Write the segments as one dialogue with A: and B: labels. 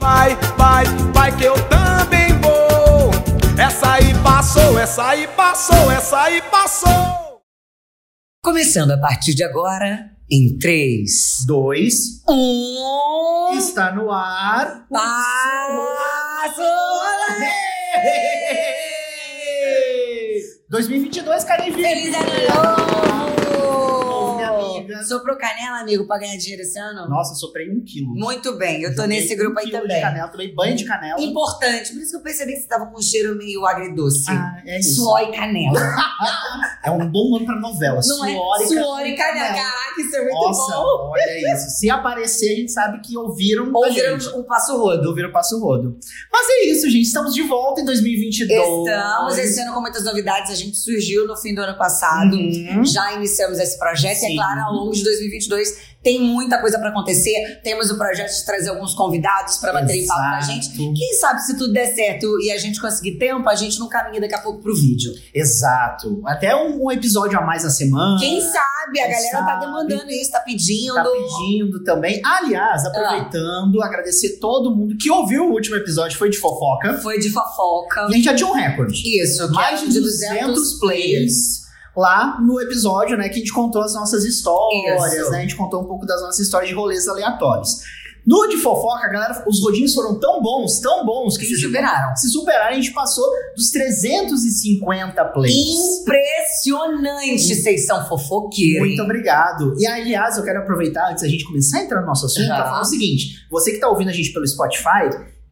A: Vai, vai, vai que eu também vou. Essa aí passou, essa aí passou, essa aí passou.
B: Começando a partir de agora, em um, 3,
C: Dois.
B: 1.
C: Está no ar.
B: Passo!
C: Ei! 2022, cara, em vida.
B: Feliz ano
C: Novo, minha
B: novo!
C: amiga.
B: Soprou canela, amigo, pra ganhar dinheiro esse ano?
C: Nossa, soprei um quilo.
B: Muito bem, eu tô
C: Joguei
B: nesse grupo
C: um
B: aí
C: quilo
B: também.
C: De canela, tomei banho de canela.
B: Importante, por isso que eu percebi que você tava com um cheiro meio agridoce.
C: Ah, é isso.
B: Suor e canela.
C: É um bom nome pra novela.
B: Não é?
C: Suor e
B: Suor e canela. Caraca, isso é muito
C: Nossa,
B: bom.
C: olha isso. Se aparecer, a gente sabe que ouviram a
B: Ouviram
C: gente.
B: o um passo rodo.
C: Ouviram o Passo Rodo. Mas é isso, gente. Estamos de volta em 2022.
B: Estamos esse ano com muitas novidades. A gente surgiu no fim do ano passado.
C: Uhum.
B: Já iniciamos esse projeto e, é
C: Sim.
B: claro, ao longo de 2022 tem muita coisa pra acontecer. Temos o projeto de trazer alguns convidados pra baterem papo com a
C: Exato.
B: gente. Quem sabe se tudo der certo e a gente conseguir tempo, a gente não caminha daqui a pouco pro vídeo.
C: Exato. Até um, um episódio a mais na semana.
B: Quem sabe? A
C: quem
B: galera tá
C: sabe?
B: demandando isso, tá pedindo.
C: Ah, Tá pedindo também. Aliás, aproveitando,
B: Ah.
C: agradecer todo mundo que ouviu o último episódio, foi de fofoca.
B: Foi de fofoca.
C: A gente já tinha um recorde.
B: Isso,
C: Mais
B: que
C: de 200 plays lá no episódio, né? Que a gente contou as nossas histórias,
B: Isso.
C: né? A gente contou um pouco das nossas histórias de rolês aleatórios. No de fofoca, galera, os rodinhos foram tão bons, tão bons, que a
B: que se
C: gente
B: superaram.
C: se superar, a gente passou dos 350 plays.
B: Impressionante, vocês são fofoqueiros.
C: Muito obrigado. E aliás, eu quero aproveitar antes da gente começar a entrar no nosso assunto
B: Já.
C: pra falar o seguinte: você que tá ouvindo a gente pelo Spotify,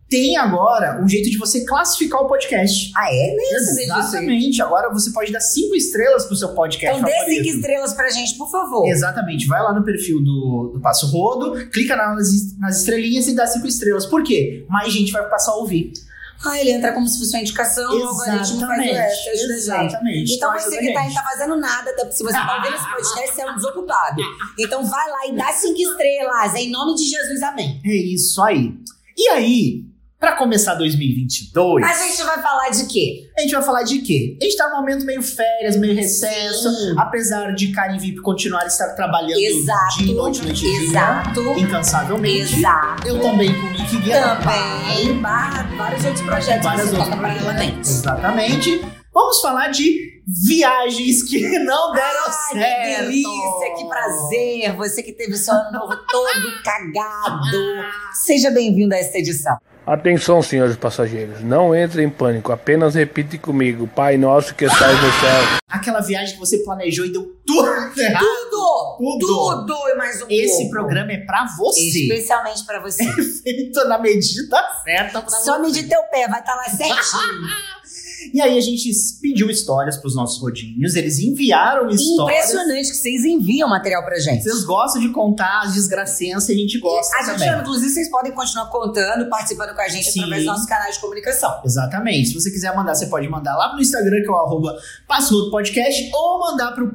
C: tem agora um jeito de você classificar o podcast.
B: Ah, é mesmo?
C: Exatamente. Agora você pode dar cinco estrelas pro seu podcast
B: Então dê
C: favorito.
B: cinco estrelas pra gente, por favor.
C: Exatamente. Vai lá no perfil do, do Passo Rodo, clica nas, nas estrelinhas e dá cinco estrelas. Por quê? Mais gente vai passar a ouvir.
B: Ah, ele entra como se fosse uma indicação, o algoritmo faz o resto, ajuda a gente.
C: Exatamente.
B: Então
C: ajuda
B: você
C: a
B: que tá aí
C: gente.
B: não tá fazendo nada, tá- se você tá vendo esse podcast, você é um desocupado. Então vai lá e dá cinco estrelas, em nome de Jesus, amém.
C: É isso aí. E aí, pra começar 2022,
B: A gente vai falar de quê?
C: a gente vai falar de quê? A gente tá num momento meio férias, meio recesso,
B: Sim.
C: apesar de Karen VIP continuar a estar trabalhando
B: Exato.
C: de noite, né, noite e dia,
B: Exato.
C: incansavelmente.
B: Exato.
C: Eu também com o Nick Guerra.
B: Também, barra vários outros projetos
C: Várias
B: que você
C: outras
B: toca pra ela dentro.
C: Exatamente. Vamos falar de viagens que não deram
B: Ai,
C: certo.
B: que delícia, que prazer! Você que teve seu ano novo todo cagado. Seja bem-vindo a esta edição.
D: Atenção, senhores passageiros, não entrem em pânico, apenas repite comigo: Pai nosso que estás no céu.
C: Aquela viagem que você planejou e deu tudo errado.
B: Tudo!
C: Tudo.
B: Tudo e mais um
C: Esse
B: pouco.
C: programa é pra você.
B: Especialmente pra você.
C: Feito na medida certa pra
B: Só
C: você.
B: medir teu pé, vai estar lá certinho.
C: E aí a gente pediu histórias pros nossos rodinhos, eles enviaram histórias.
B: Impressionante que vocês enviam material pra gente.
C: Vocês gostam de contar as desgracenças e a gente gosta
B: A gente,
C: também.
B: inclusive, vocês podem continuar contando, participando com a gente
C: Sim.
B: através dos nossos canais de comunicação.
C: Exatamente. Se você quiser mandar, você pode mandar lá no Instagram, que é o arroba Passo Rodo Podcast, ou mandar pro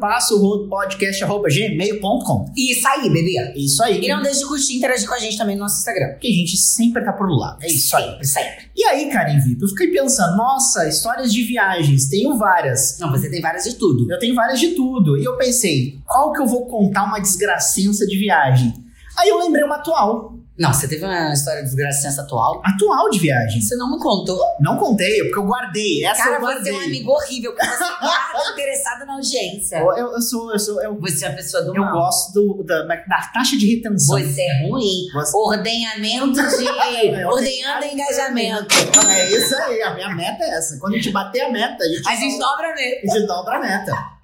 C: passorodopodcast.gmail.com.
B: E sair, bebê.
C: É Isso aí.
B: E não deixe de curtir e interagir com a gente também no nosso Instagram.
C: Porque a gente sempre tá por lá. É isso aí.
B: Sempre, sempre.
C: E aí, Karen Vitor, eu fiquei pensando, nossa, histórias de viagens, tenho várias.
B: Não, você tem várias de tudo.
C: Eu tenho várias de tudo. E eu pensei, qual que eu vou contar uma desgracença de viagem? Aí eu lembrei uma atual.
B: Não, você teve uma história desgraçada atual.
C: Atual de viagem.
B: Você não me contou.
C: Não contei, é porque eu guardei. Essa
B: Cara,
C: eu
B: você
C: guardei.
B: é um amigo horrível, porque você guarda interessado na audiência.
C: Eu, eu- eu sou, eu sou, eu,
B: Você é uma pessoa do
C: eu
B: mal.
C: gosto do- da, da taxa de retenção.
B: Você é ruim. É,
C: Você-
B: Ordenhamento de. Ordenhando engajamento.
C: É isso aí, a minha meta é essa. Quando a gente bater a meta, a gente,
B: A gente dobra mesmo.
C: a gente dobra a meta.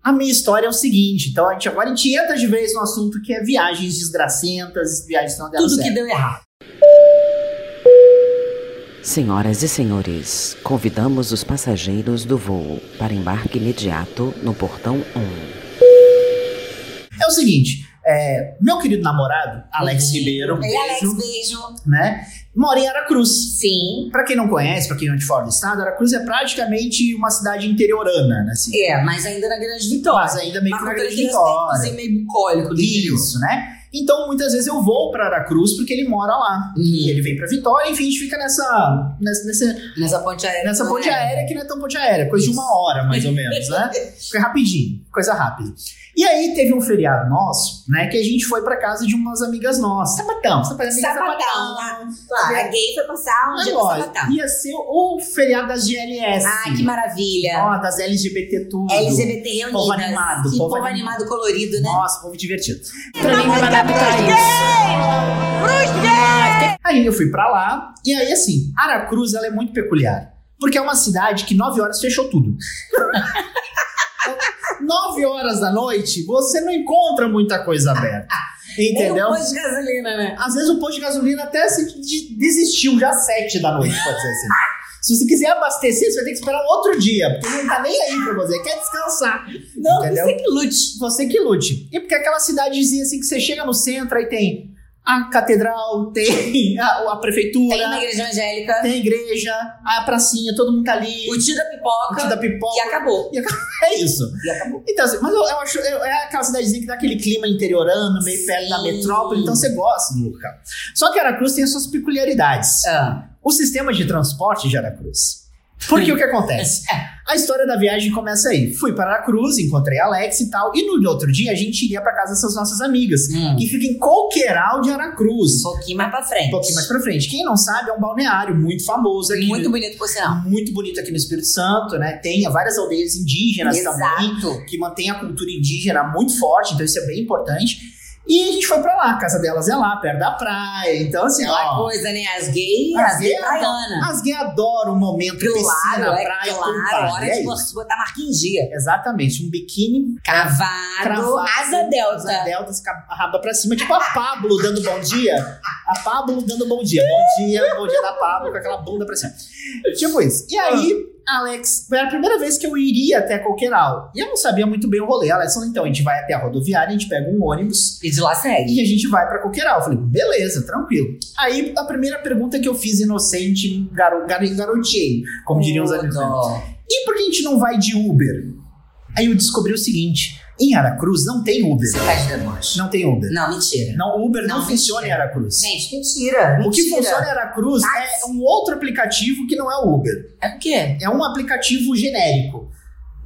C: A minha história é o seguinte, então a gente, agora a gente entra de vez no assunto que é viagens desgracentas, viagens que não deram
B: Tudo que
C: certo.
B: deu errado.
E: Senhoras e senhores, convidamos os passageiros do voo para embarque imediato no portão 1.
C: É o seguinte, é, meu querido namorado, Alex Ribeiro, um
B: Uhum. Ei, Alex,
C: beijo,
B: beijo.
C: né, mora em Aracruz.
B: Sim.
C: Pra quem não conhece, pra quem não é de fora do estado, Aracruz é praticamente uma cidade interiorana, né, assim.
B: É, mas ainda na Grande Vitória.
C: Mas ainda meio
B: Mas
C: que uma
B: com
C: grande
B: três aspectos,
C: vitória.
B: assim, meio bucólico do Rio.
C: Isso, né? Então, muitas vezes eu vou pra Aracruz porque ele mora lá.
B: Uhum.
C: E ele vem pra Vitória, enfim, a gente fica nessa, nessa, nessa,
B: Nessa ponte aérea.
C: nessa
B: não
C: ponte
B: é.
C: aérea que não é tão ponte aérea, coisa de uma hora, mais ou menos, né? Fica rapidinho, coisa rápida. E aí teve um feriado nosso, né, que a gente foi pra casa de umas amigas nossas. Sapatão, sapatão, amiga
B: Sapatão, lá. Claro,
C: né?
B: a gay foi passar
C: É
B: um dia no
C: Agora,
B: sapatão.
C: ia ser o feriado das GLS.
B: Ah, que maravilha.
C: Ó, das LGBT tudo.
B: LGBT reunidas.
C: Povo animado,
B: Que
C: povo
B: povo animado colorido, né?
C: Nossa, povo divertido. Pra mim vai dar pra isso. Aí eu fui pra lá, e aí assim, Aracruz ela é muito peculiar. Porque é uma cidade que 9 horas fechou tudo. 9 horas da noite, você não encontra muita coisa aberta.
B: Nem
C: Entendeu?
B: um posto de gasolina, né?
C: Às vezes o posto de gasolina até se de- desistiu, já às 7 da noite, pode ser assim. Se você quiser abastecer, você vai ter que esperar outro dia, porque não tá nem aí pra você, quer descansar.
B: Não,
C: Entendeu?
B: você que lute.
C: Você que lute. E porque aquela cidadezinha assim que você chega no centro, aí tem a catedral, tem a, a prefeitura,
B: Tem
C: tem,
B: uma igreja evangélica,
C: a igreja, a pracinha, todo mundo tá ali,
B: o tio da
C: o
B: pipoca
C: tio da
B: e
C: pipoca.
B: acabou.
C: É isso.
B: E acabou.
C: Então, assim, mas eu, eu acho, eu- é aquela cidadezinha que dá aquele clima interiorano, meio perto da
B: Sim.
C: metrópole, então você gosta, Luca. Só que Aracruz tem as suas peculiaridades.
B: Ah,
C: O sistema de transporte de Aracruz. Porque o que acontece?
B: É.
C: A história da viagem começa aí. Fui para Aracruz, encontrei a Alex e tal, e no outro dia a gente iria para casa dessas nossas amigas,
B: Hum.
C: que fica em Coqueiral de Aracruz.
B: um pouquinho mais pra frente.
C: Um pouquinho mais pra frente. Quem não sabe, é um balneário muito famoso aqui. tá
B: Muito bonito, por sinal.
C: muito bonito aqui no Espírito Santo, né? Tem várias aldeias indígenas também
B: Exato.
C: que mantém a cultura indígena muito forte, então isso é bem importante. E a gente foi pra lá, a casa delas é lá, perto da praia. Então, assim,
B: Aquela
C: ó,
B: coisa, né? As gays,
C: As
B: as gays
C: gays,
B: praiana.
C: as gays adoram o momento piscina,
B: Claro, é
C: praia,
B: claro.
C: compadre,
B: Hora
C: é
B: de
C: isso.
B: você botar marca em dia.
C: Exatamente, um biquíni
B: Cavado,
C: Cravado,
B: asa
C: asa
B: delta.
C: delta, essa raba pra cima, tipo a Pablo dando bom dia. A Pablo dando bom dia. Bom dia, bom dia da Pablo, com aquela bunda pra cima. Tipo isso. E aí, Alex, foi a primeira vez que eu iria até Coqueiral. E eu não sabia muito bem o rolê. Alex falou, então, a gente vai até a rodoviária, a gente pega um ônibus
B: E de lá segue.
C: e a gente vai pra Coqueiral. Eu falei, beleza, tranquilo. Aí a primeira pergunta que eu fiz, inocente, garo, garo, garoteei, como diriam os amigos. meus.
B: Tudo.
C: E por que a gente não vai de Uber? Aí eu descobri o seguinte: em Aracruz não tem Uber.
B: Você tá de deboche.
C: Não tem Uber.
B: Não, mentira.
C: Não, Uber não,
B: Não,
C: funciona em Aracruz.
B: Gente, mentira.
C: O que
B: mentira.
C: funciona em Aracruz é um outro aplicativo que não é o Uber.
B: É o quê?
C: É um aplicativo genérico.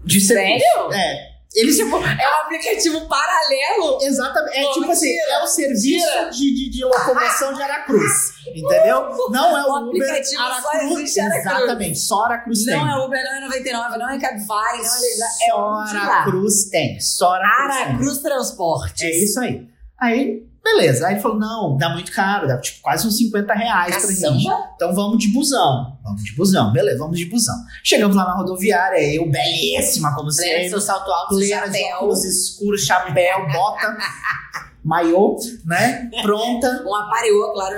C: De serviço.
B: Sério?
C: É. Ele se
B: É um aplicativo paralelo?
C: Exatamente. É
B: Pô,
C: tipo assim,
B: mentira.
C: é o serviço de, de, de locomoção de Aracruz. Entendeu? Não é
B: O
C: o Uber.
B: aplicativo só
C: Aracruz.
B: existe em Aracruz.
C: Exatamente. Só Aracruz tem.
B: Não é Uber, não é 99, não é Cabify, não é Legal. É
C: Só
B: um de lá.
C: Aracruz tem. Só Aracruz tem.
B: Aracruz Transportes.
C: É isso aí. Aí, beleza. Aí ele falou: não, dá muito caro, dá tipo quase uns 50 reais pra gente.
B: Caçamba? né?
C: Então vamos de busão. Vamos de busão, beleza, vamos de busão. Chegamos lá na rodoviária, eu, belíssima, como
B: Lembra do
C: sempre.
B: seu salto alto, seu
C: Plena de
B: chapéu.
C: óculos escuros, chapéu, bota, maiô, né? Pronta.
B: Um aparelho, claro.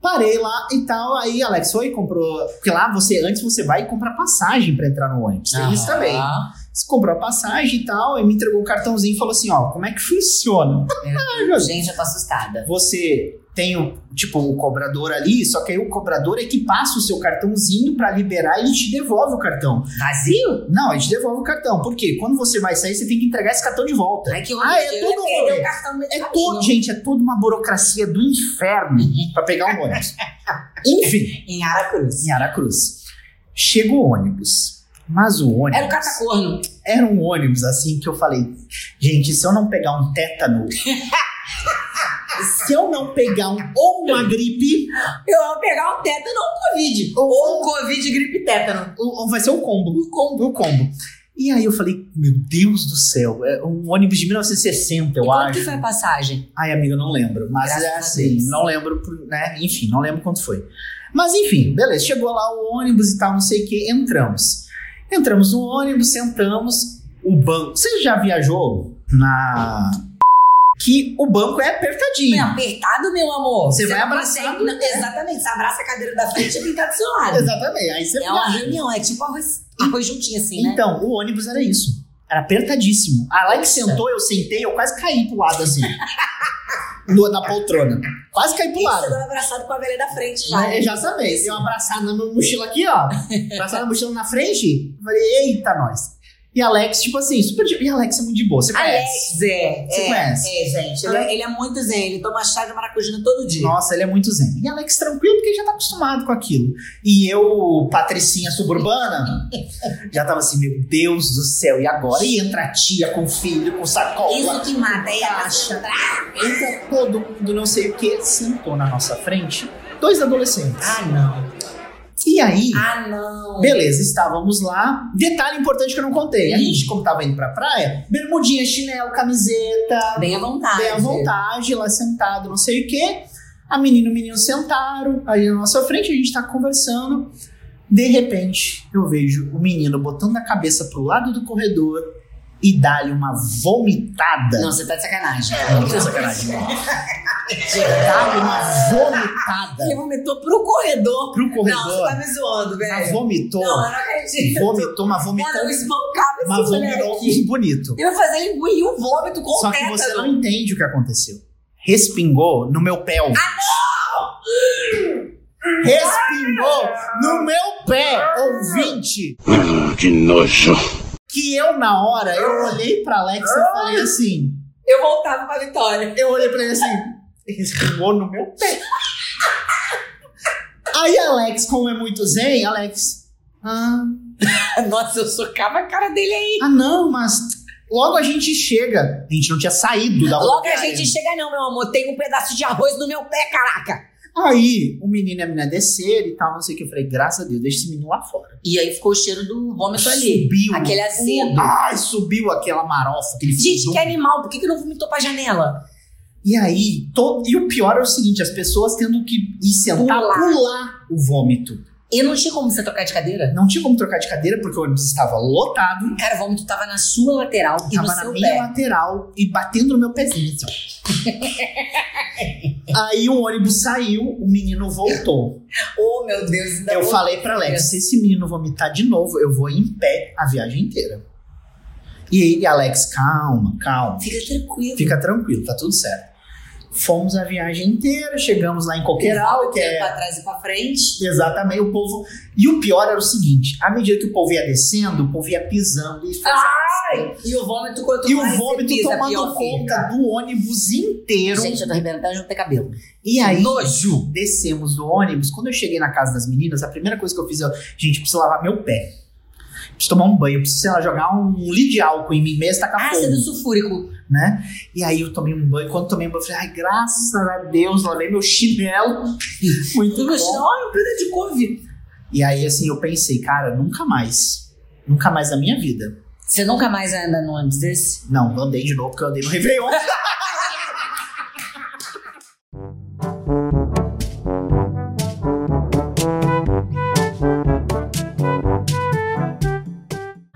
C: Parei lá e tal, aí Alex foi e comprou. Porque lá você, antes você vai e compra passagem pra entrar no ônibus. Tem isso também.
B: Ah,
C: Você comprou a passagem e tal, e me entregou um cartãozinho e falou assim: ó, como é que funciona? Ai, meu
B: Gente, eu tô assustada.
C: você tem o tipo o cobrador ali, só que aí o cobrador é que passa o seu cartãozinho pra liberar e ele te devolve o cartão.
B: Vazio?
C: Não, ele te devolve o cartão. Por quê? Quando você vai sair, você tem que entregar esse cartão de volta.
B: Ai, que
C: Ah, é
B: horrível.
C: todo
B: Eu ia perder
C: Uber.
B: o cartão no meio do
C: É
B: caminho.
C: todo, gente, é toda uma burocracia do inferno pra pegar um ônibus. Enfim,
B: Em Aracruz.
C: em Aracruz. Chega o ônibus. Mas o ônibus.
B: Era o catacorno.
C: era um ônibus assim que eu falei, gente, se eu não pegar um tétano, se eu não pegar um, ou uma gripe,
B: Eu ia pegar o tétano ou o Covid. Ou
C: um
B: o Covid gripe tétano.
C: ou, ou vai ser o combo, o combo, o combo. E aí eu falei, meu Deus do céu, é um ônibus de 1960, eu
B: e quanto
C: acho.
B: que foi a passagem?
C: Ai, amiga, não lembro. Mas
B: Graças
C: é
B: a
C: assim,
B: Deus.
C: não lembro, por- né? Enfim, não lembro quanto foi. Mas enfim, beleza. Chegou lá o ônibus e tal, não sei o que, entramos. Entramos no ônibus, sentamos, o banco. Você já viajou na. Que o banco é
B: Foi
C: apertadinho.
B: apertado, meu amor.
C: Você vai né?
B: não
C: abraçado,
B: consegue- não, Exatamente. Você abraça a cadeira da frente e quem tá do seu lado.
C: Exatamente. Aí você
B: É uma
C: viaja.
B: reunião, é tipo arroz, arroz juntinho, assim, né?
C: Então, o ônibus era isso. Era apertadíssimo. A Alex
B: Nossa.
C: sentou, eu sentei, eu quase caí pro lado assim. no, na poltrona. Quase caí pro
B: Isso,
C: lado.
B: agora um abraçado com a velha da frente já.
C: Já, já sabia. Eu abraçar na minha mochila aqui, ó. Abraçar na mochila na frente. Falei, eita, nós. E Alex, tipo assim, super de... E Alex é muito de boa, você conhece.
B: Alex, é.
C: Você
B: é,
C: conhece?
B: É, gente. Ele, é- ele é muito zen. Ele toma chá de maracujina todo dia.
C: Nossa, ele é muito zen. E Alex tranquilo, porque ele já tá acostumado com aquilo. E eu, patricinha suburbana, já tava assim, meu Deus do céu, e agora? E entra a tia com o filho, com sacola.
B: Isso que mata. É a
C: Acha. Entra todo mundo, não sei o que, sentou na nossa frente dois adolescentes.
B: Ah, não.
C: E aí,
B: Ah, não.
C: beleza, estávamos lá. Detalhe importante que eu não contei: a gente, como tava indo pra praia, bermudinha, chinelo, camiseta,
B: Bem à vontade.
C: Dei à vontade, lá sentado, não sei o quê. A menina e o menino sentaram ali na nossa frente, a gente tá conversando. De repente, eu vejo o menino botando a cabeça pro lado do corredor e dá-lhe uma vomitada. É,
B: Não, você tá de sacanagem.
C: Não, que sacanagem. dá-lhe uma
B: Ele
C: vomitada
B: vomitou pro corredor.
C: pro
B: Não, você
C: corredor.
B: tá me zoando,
C: Ela
B: velho.
C: vomitou,
B: Não, eu não acredito.
C: vomitou, mas
B: Mano,
C: vomitou,
B: eu espancava esse
C: mas vomitou um
B: moleque.
C: bonito.
B: Eu ia fazer ele engolir o vômito com
C: Só
B: o
C: que
B: tétano.
C: você não entende o que aconteceu. Respingou no meu pé.
B: Ah,
C: Respingou no meu pé, ouvinte.
F: Que nojo.
C: Que eu, na hora, eu olhei pra Alex e falei assim.
B: Eu voltava pra Vitória.
C: Eu olhei pra ele assim. Respingou no meu pé. Aí, Alex, como é muito zen, Alex. Ah,
B: Nossa, eu socava a cara dele aí.
C: ah, não, mas logo a gente chega. A gente não tinha saído da
B: Logo a
C: rodoviária.
B: gente chega, não, meu amor. Tem um pedaço de arroz no meu pé, caraca.
C: Aí o menino e a menina desceram e tal, não sei o que. Eu falei, graças a Deus, deixa esse menino lá fora.
B: E aí ficou o cheiro do vômito ali.
C: Subiu.
B: Aquele azedo.
C: Ai, subiu aquela marofa, aquele
B: Gente,
C: fedor.
B: que animal. Por que, que não vomitou pra janela?
C: E aí, to- e o pior é o seguinte: as pessoas tendo que ir sentar,
B: Pular.
C: pular, o vômito.
B: Eu não tinha como você trocar de cadeira.
C: Não tinha como trocar de cadeira porque o ônibus estava lotado,
B: Cara, o vômito tava na sua lateral e no
C: estava na
B: seu
C: minha
B: pé.
C: lateral e batendo no meu pezinho. assim, ó. aí o ônibus saiu, o menino voltou.
B: Oh, meu Deus. ainda
C: Eu
B: vou-
C: falei pra Alex: se esse menino vomitar de novo, eu vou em pé a viagem inteira. E ele, Alex, calma, calma.
B: Fica tranquilo.
C: Fica tranquilo, tá tudo certo. Fomos a viagem inteira, chegamos lá em Coqueiral, que é
B: Pra trás e pra frente.
C: exatamente o povo. E o pior era o seguinte: à medida que o povo ia descendo, o povo ia pisando e fazendo-
B: E o vômito quanto
C: E
B: mais
C: o
B: Ah, você
C: vômito
B: pisa,
C: tomando
B: pior fica.
C: conta do ônibus inteiro.
B: Gente, eu tô arrebentando de não ter cabelo.
C: e aí,
B: nojo.
C: descemos do ônibus. Quando eu cheguei na casa das meninas, a primeira coisa que eu fiz é: gente, eu preciso lavar meu pé. Preciso tomar um banho, preciso, sei lá, jogar um litro de álcool em mim mesmo, tacar Tá fogo.
B: Ácido sulfúrico.
C: né? E aí eu tomei um banho. Quando eu tomei um banho, eu falei, ai, graças a Deus, lavei meu chinelo. Muito
B: Tudo
C: bom.
B: Olha, um pedaço de couve.
C: E aí, assim, eu pensei, cara, nunca mais. Nunca mais na minha vida.
B: Você nunca mais anda no ônibus desse?
C: Não, eu andei de novo, porque eu andei no Réveillon.
B: É.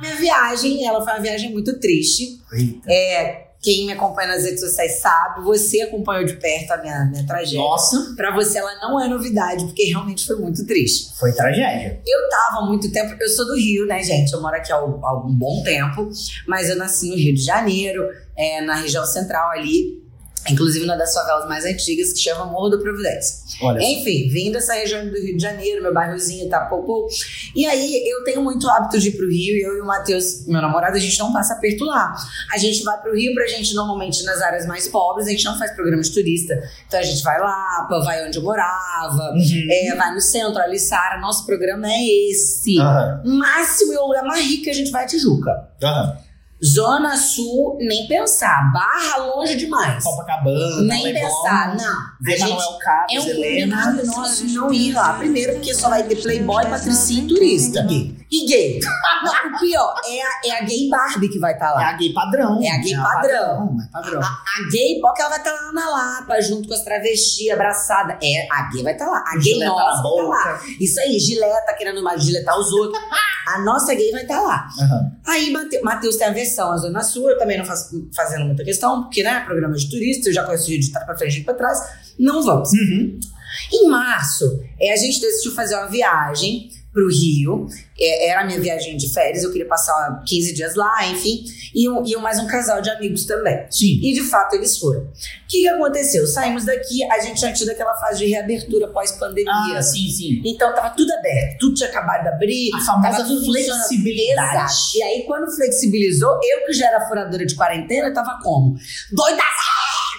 B: Minha viagem, ela foi uma viagem muito triste.
C: Eita.
B: É, quem me acompanha nas redes sociais sabe, você acompanhou de perto a minha, minha tragédia.
C: Nossa,
B: Pra você ela não é novidade, porque realmente foi muito triste.
C: foi tragédia.
B: Eu tava há muito tempo, eu sou do Rio, né, gente? Eu moro aqui há al- há um bom tempo, mas eu nasci no Rio de Janeiro, é, na região central ali, inclusive uma das favelas mais antigas, que chama Morro da Providência.
C: Olha só.
B: Enfim, vim dessa região do Rio de Janeiro, meu bairrozinho tá pouco. E aí eu tenho muito hábito de ir pro Rio, e eu e o Matheus, meu namorado, a gente não passa aperto lá. A gente vai pro Rio pra gente, normalmente, nas áreas mais pobres, a gente não faz programa de turista. Então a gente vai lá, vai onde eu morava,
C: Uhum.
B: é, vai no centro, Alissara, nosso programa é esse.
C: Aham,
B: Máximo e o lugar mais rico que a gente vai é Tijuca.
C: aham.
B: Zona Sul, nem pensar. Barra longe demais.
C: Copacabana,
B: Nem
C: Leblon,
B: pensar, não. A
C: Zé
B: gente
C: Manuel Carlos,
B: é um
C: Helena.
B: combinado nosso de não ir lá. Primeiro, porque só vai ter playboy, patricinha e turista. E gay. Não, o pior, é a, é a gay Barbie que vai estar
C: É
B: lá.
C: a gay padrão.
B: É a gay padrão.
C: É padrão.
B: A gay, porque ela vai estar lá na Lapa, junto com as travestis, abraçada. É, a gay vai estar lá. A gay
C: Gileta
B: nossa
C: tá na
B: vai estar lá.
C: boca.
B: Isso aí, gileta, querendo mais giletar os outros. A nossa gay vai estar lá.
C: Aham.
B: Aí Mate- Matheus tem a versão à Zona Sul, eu também não faço fazendo muita questão, porque, né, programa de turista, eu já conheço o Rio de trás pra frente e pra trás, não vamos.
C: Uhum.
B: Em março, é, a gente decidiu fazer uma viagem pro Rio. É, era a minha viagem de férias, eu queria passar 15 dias lá, enfim. E um- e um- mais um casal de amigos também.
C: Sim.
B: E de fato eles foram. O que, que aconteceu? Saímos daqui, a gente tinha tido aquela fase de reabertura pós-pandemia.
C: Ah, sim, sim.
B: Então tava tudo aberto, tudo tinha acabado de abrir.
C: A famosa
B: tava tudo funcionando.
C: flexibilidade.
B: Exato. E aí quando flexibilizou, eu que já era furadora de quarentena, tava como? Doida!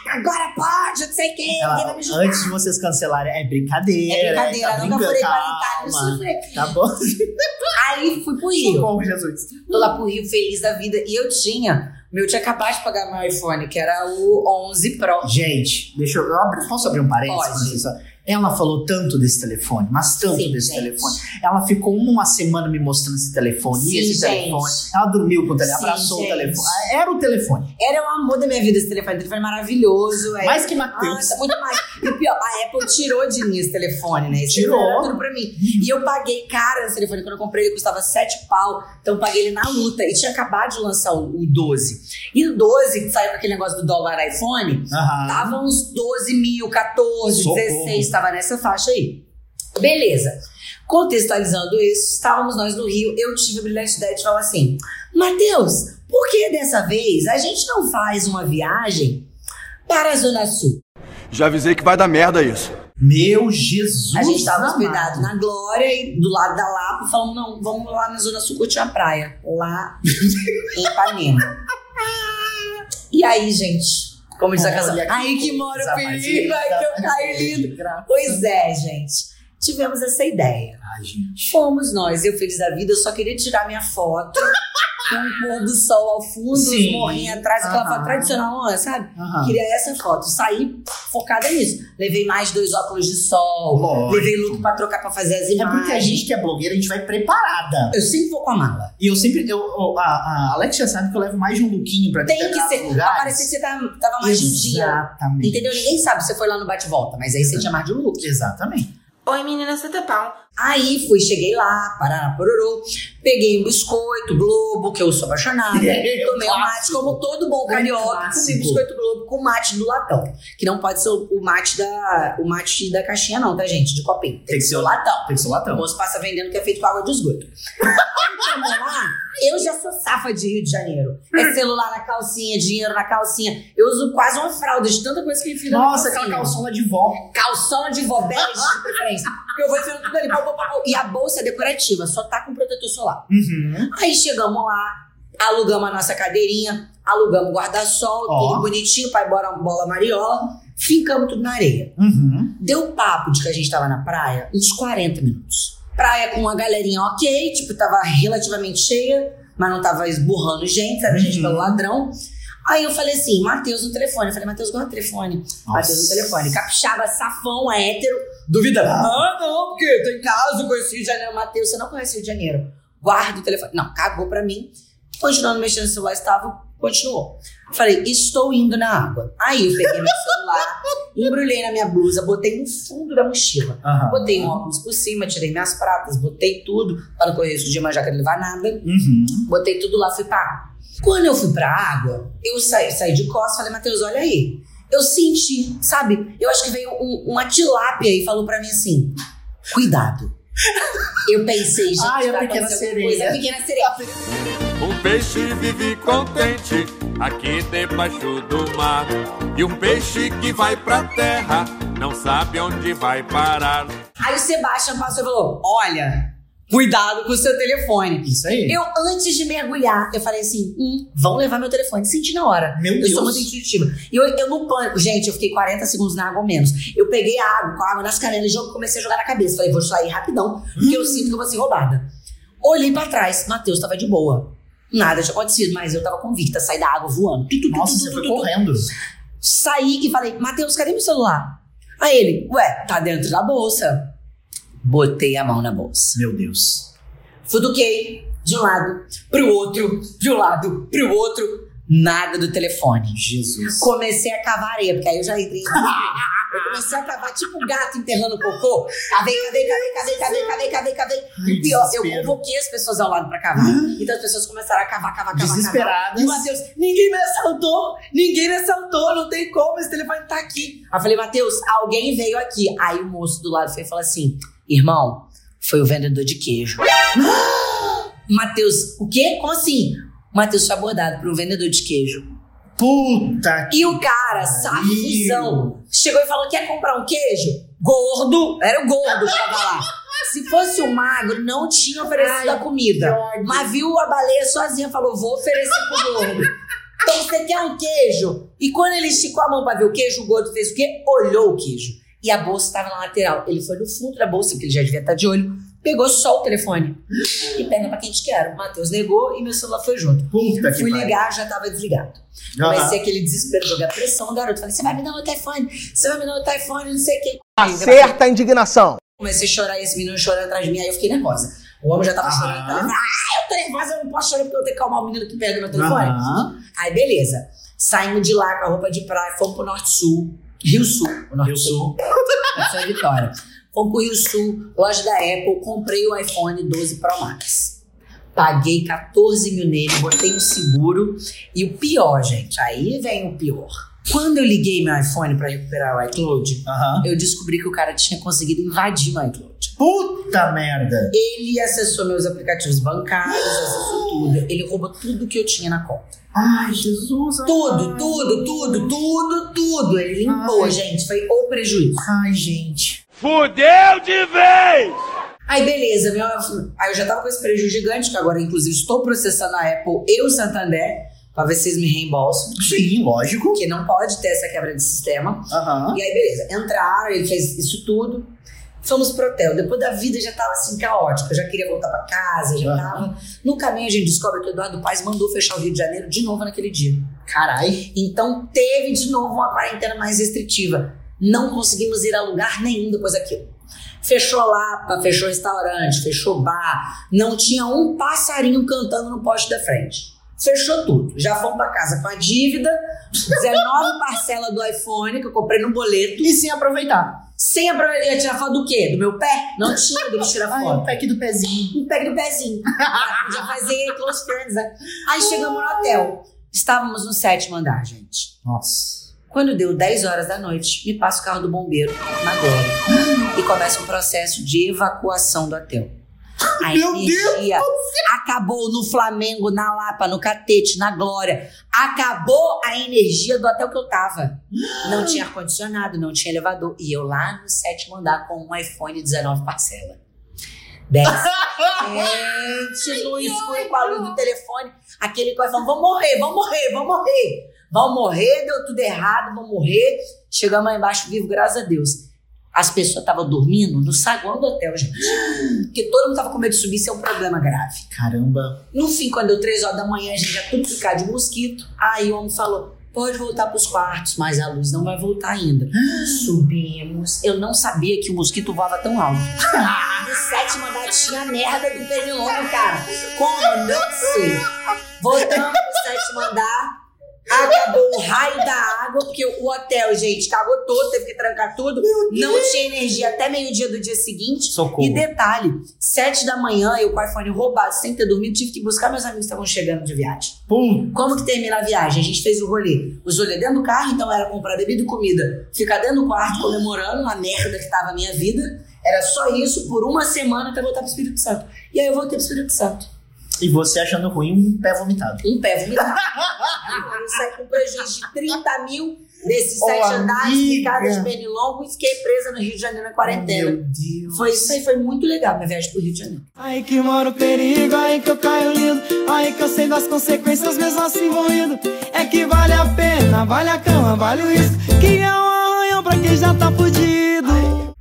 B: Agora pode, não sei quem,
C: Ela-
B: ninguém vai me julgar.
C: antes de vocês cancelarem, é brincadeira.
B: É brincadeira,
C: tá
B: nunca
C: brincando,
B: furei
C: calma.
B: 40 anos. sofri.
C: Tá bom.
B: Aí fui pro Rio.
C: Socorro, Jesus.
B: Tô lá pro Rio feliz da vida. E eu tinha, meu, eu tinha acabado de pagar meu iPhone, que era o 11 Pro.
C: Gente, deixa eu. eu abro- Posso abrir um parênteses?
B: Pode.
C: Francisca? Ela falou tanto desse telefone, mas tanto
B: Sim,
C: desse
B: gente.
C: telefone. Ela ficou uma semana me mostrando esse telefone, e
B: Sim,
C: esse
B: gente.
C: telefone. Ela dormiu com o telefone,
B: Sim,
C: abraçou
B: gente.
C: o telefone. Era o telefone.
B: Era o amor da minha vida esse telefone. Telefone maravilhoso. é.
C: Mais que Matheus.
B: Nossa, muito mais. E o pior, a Apple tirou de mim esse telefone, né? Esse
C: Tirou. Uhum.
B: telefone Era tudo pra mim. E eu paguei cara esse telefone. Quando eu comprei, ele custava 7 pau. Então eu paguei ele na luta. E tinha acabado de lançar o, o 12. E o 12, que saiu com aquele negócio do dólar iPhone,
C: Aham.
B: Tava uns 12 mil, 14,
C: Socorro.
B: 16, tava nessa faixa aí. Beleza. Contextualizando isso, estávamos nós no Rio, eu tive a brilhante ideia de falar assim, Matheus, por que dessa vez a gente não faz uma viagem para a Zona Sul?
A: Já avisei que vai dar merda isso.
C: Meu Jesus.
B: a gente estava
C: amado.
B: hospedado na Glória e do lado da Lapa, falando, não, vamos lá na Zona Sul curtir a praia, lá em Ipanema. e aí, gente, como diz a canção,
C: Olha
B: aí que mora o
C: coisa
B: perigo,
C: mais
B: aí que eu caí lindo.
C: linda. Graça.
B: Pois é, gente. Tivemos essa ideia.
C: Ai, gente.
B: Fomos nós, eu feliz da vida, eu só queria tirar minha foto com o pôr do sol ao fundo, os
C: Sim.
B: morrinhos atrás, aquela
C: Aham.
B: foto tradicional, ó, sabe?
C: Aham.
B: Queria essa foto. Saí focada nisso. Levei mais dois óculos de sol,
C: Lógico.
B: levei look pra trocar pra fazer as
C: É
B: imagens.
C: porque a gente que é blogueira, a gente vai preparada.
B: Eu sempre vou com a mala.
C: E eu sempre. Eu, eu- a, a Alex já sabe que eu levo mais de um lookinho pra
B: Tem que
C: determinados
B: ser.
C: lugares.
B: Pra parecer que você tá- tava mais de um dia.
C: Exatamente.
B: Entendeu? Ninguém sabe se você foi lá no bate-volta, mas aí você tinha mais de um look.
C: Exatamente.
F: Oi, menina, você tá pau?
B: Aí fui, cheguei lá, parará, pororô, peguei um biscoito, globo, que eu sou apaixonada. Tomei um mate,
C: Clássico.
B: como todo bom carioca, comi
C: Clássico.
B: biscoito globo com mate do latão. Que não pode ser o o mate da, o mate da caixinha, não, tá, gente? De copinho. Tem que ser o latão.
C: Tem que ser o
B: O
C: latão.
B: moço passa vendendo que é feito com água de esgoto. Aí tamo lá, eu já sou safa de Rio de Janeiro. É celular na calcinha, dinheiro na calcinha. Eu uso quase uma fralda de tanta coisa que enfia
C: Nossa,
B: na
C: aquela
B: calcinha
C: calçola de vó.
B: calção de vobés de preferência. Porque eu vou enfiando tudo ali. pau, pau, pau. E a bolsa é decorativa, só tá com protetor solar.
C: Uhum.
B: Aí chegamos lá, alugamos a nossa cadeirinha, alugamos guarda-sol,
C: Ó.
B: tudo bonitinho, pai bora bola mariola. Ficamos tudo na areia.
C: Uhum.
B: Deu papo de que a gente tava na praia uns 40 minutos. Praia com uma galerinha ok, tipo, tava relativamente cheia, mas não tava esburrando gente, sabe? Gente
C: Uhum.
B: pelo ladrão. Aí eu falei assim, Matheus no telefone. Eu falei, Matheus, guarda o telefone. Matheus no telefone. Capixaba, safão, hétero. Duvida? Ah, não, porque tem caso com esse Rio de Janeiro. Matheus, você não conhece o Rio de Janeiro. Guarda o telefone. Não, cagou pra mim. Continuando mexendo no celular, estava, continuou. Falei, estou indo na água. Aí eu peguei meu celular, embrulhei na minha blusa, botei no fundo da mochila.
C: Aham.
B: Botei um óculos por cima, tirei minhas pratas, botei tudo, para não correr risco de manjar que não levar nada.
C: Uhum.
B: Botei tudo lá, fui pra água. Quando eu fui pra água, eu saí, saí de costas, falei, Matheus, olha aí. Eu senti, sabe? Eu acho que veio um- uma tilápia e falou pra mim assim: cuidado. Eu pensei, gente,
C: Ai, a
B: vai
C: pequena
B: acontecer
C: sereia.
B: alguma Coisa, a pequena sereia.
G: Um peixe vive contente aqui debaixo do mar. E um peixe que vai pra terra não sabe onde vai parar.
B: Aí o Sebastian passou e falou: olha, cuidado com o seu telefone.
C: Isso aí.
B: Eu, antes de mergulhar, eu falei assim: hum, vão levar meu telefone. Senti na hora.
C: Meu
B: eu
C: Deus.
B: sou muito intuitiva. E eu, eu no pânico, gente, eu fiquei 40 segundos na água ou menos. Eu peguei a água, com a água nas canelas, jogo, comecei a jogar na cabeça. Falei, vou sair rapidão, porque
C: Hum.
B: eu sinto que eu vou ser roubada. Olhei pra trás, Matheus tava de boa. Nada tinha acontecido, mas eu tava convicta, saí da água voando. Tu, tu, tu,
C: Nossa,
B: tu,
C: você
B: tu,
C: foi
B: tu, tu.
C: correndo.
B: Saí e falei, Matheus, cadê meu celular? Aí ele, ué, tá dentro da bolsa. Botei a mão na bolsa.
C: Meu Deus.
B: Fuduquei de um lado pro outro, de um lado pro outro, nada do telefone.
C: Jesus.
B: Comecei a cavar areia, porque aí eu já entrei. em desespero. Eu comecei a cavar tipo um gato enterrando cocô. Cavei, cavei, cavei, cavei, cavei, cavei, cavei, cavei. E pior, eu
C: desespero.
B: convoquei as pessoas ao lado pra cavar. Então as pessoas começaram a cavar, cavar, cavar, cavar.
C: Desesperadas.
B: E o Matheus, ninguém me assaltou, ninguém me assaltou, não tem como, esse telefone tá aqui. Aí eu falei, Matheus, alguém veio aqui. Aí o moço do lado foi e falou assim: irmão, Foi o vendedor de queijo. Matheus, o quê? Como assim? Matheus foi abordado por um vendedor de queijo.
C: Puta que.
B: E o cara, safuzão, chegou e falou: quer comprar um queijo? Gordo, era o gordo que tava lá. Se fosse o magro, não tinha oferecido a comida. Mas viu a baleia sozinha, falou: vou oferecer pro gordo. Então você quer um queijo? E quando ele esticou a mão pra ver o queijo, o gordo fez o quê? Olhou o queijo. E a bolsa estava na lateral. Ele foi no fundo da bolsa, porque ele já devia estar de olho, pegou só o telefone. E perna pra quem te quer. O Matheus negou e meu celular foi junto.
C: Puta que
B: Fui
C: pariu.
B: ligar, já tava desligado.
C: Aham.
B: Comecei aquele desespero, joguei a pressão, garoto. Falei, você vai me dar outro iPhone, você vai me dar outro iPhone, não sei o que.
F: Certa a indignação.
B: Comecei a chorar e esse menino chorando atrás de mim, aí eu fiquei nervosa. O homem já tava chorando. atrás de mim. Ah, eu tô nervosa, eu não posso chorar porque eu tenho que calmar o menino que pega meu telefone.
C: Aham.
B: Aí, beleza. Saímos de lá com a roupa de praia, fomos pro Norte Sul. Rio Sul. O Norte Sul. Norte Sul é Vitória. Fomos pro Rio Sul, loja da Apple, comprei o iPhone 12 Pro Max. Paguei 14 mil nele, botei um seguro. E o pior, gente, aí vem o pior. Quando eu liguei meu iPhone pra recuperar o iCloud,
C: Aham.
B: eu descobri que o cara tinha conseguido invadir meu iCloud.
C: Puta merda.
B: Ele acessou meus aplicativos bancários, acessou tudo. Ele roubou tudo que eu tinha na conta.
C: Ai, Jesus.
B: Tudo,
C: ai.
B: tudo, tudo, tudo, tudo. Ele limpou,
C: Ai.
B: gente. Foi o prejuízo.
C: Ai, gente.
G: Fudeu de vez!
B: Aí, beleza, meu. Aí eu já tava com esse prejuízo gigante, que agora, inclusive, estou processando a Apple e o Santander pra ver se eles me reembolsam.
C: Sim, lógico.
B: Porque não pode ter essa quebra de sistema.
C: Aham.
B: E aí, beleza. Entraram, ele fez isso tudo. Fomos pro hotel. Depois da vida já tava assim caótica. Eu já queria voltar pra casa, já
C: Aham.
B: tava. No caminho a gente descobre que o Eduardo Paes mandou fechar o Rio de Janeiro de novo naquele dia.
C: Carai.
B: Então teve de novo uma quarentena mais restritiva. Não conseguimos ir a lugar nenhum depois daquilo. Fechou Lapa, fechou restaurante, fechou bar, não tinha um passarinho cantando no poste da frente. Fechou tudo. Já fomos pra casa com a dívida, 19 parcelas do iPhone que eu comprei no boleto,
C: E sem aproveitar.
B: sem aproveitar. Ia tirar foto do quê? Do meu pé? Não tinha do que tirar
C: Ai,
B: foto
C: o pack do pezinho.
B: um pé do pezinho. Já fazia close friends, né? Aí chegamos no hotel. Estávamos no sétimo andar, gente.
C: Nossa.
B: Quando deu 10 horas da noite, me passa o carro do bombeiro na glória. E começa um processo de evacuação do hotel. A
C: Meu
B: energia acabou no Flamengo, na Lapa, no Catete, na Glória. Acabou a energia do hotel que eu tava. Não tinha ar-condicionado, não tinha elevador. E eu lá no sétimo andar com um iPhone 19 parcela. 10 Gente, no escuro com a luz do telefone, aquele coração, vamos morrer, vamos morrer, vamos morrer. Vamos morrer, deu tudo errado, vamos morrer. Chegamos lá embaixo vivo, graças a Deus. As pessoas estavam dormindo no saguão do hotel, gente. Porque todo mundo tava com medo de subir, isso é um problema grave.
C: Caramba.
B: No fim, quando deu três horas da manhã, a gente já tudo ficar de mosquito. Aí o homem falou: pode voltar pros quartos, mas a luz não vai voltar ainda. Subimos. Eu não sabia que o mosquito voava tão alto. No sétimo andar tinha a merda do pernilongo, cara. Como? Não sei. Voltamos pro sétimo andar. Acabou o raio da água, porque o hotel, gente, cagou todo, teve que trancar tudo. Não tinha energia até meio-dia do dia seguinte.
C: Socorro.
B: E detalhe, sete da manhã, eu com o iPhone roubado, sem ter dormido, tive que buscar meus amigos que estavam chegando de viagem.
C: Pum.
B: Como que termina a viagem? A gente fez o rolê. Os rolê dentro do carro, então era comprar bebida e comida. Ficar dentro do quarto comemorando a merda que tava a minha vida. Era só isso por uma semana até voltar pro Espírito Santo. E aí eu voltei pro Espírito Santo.
C: E você achando ruim um pé vomitado.
B: Um pé vomitado. eu saí com prejuízo de 30 mil desses
C: Ô,
B: sete andares,
C: amiga.
B: picada de pernilongo e fiquei presa no Rio de Janeiro na quarentena.
C: Meu Deus.
B: Foi isso aí, foi muito legal minha viagem pro Rio de Janeiro.
F: Aí que mora o perigo, aí que eu caio lindo. Aí que eu sei das consequências, mesmo assim vou indo. É que vale a pena, vale a cama, vale o risco. Que é um arranhão pra quem já tá fudido.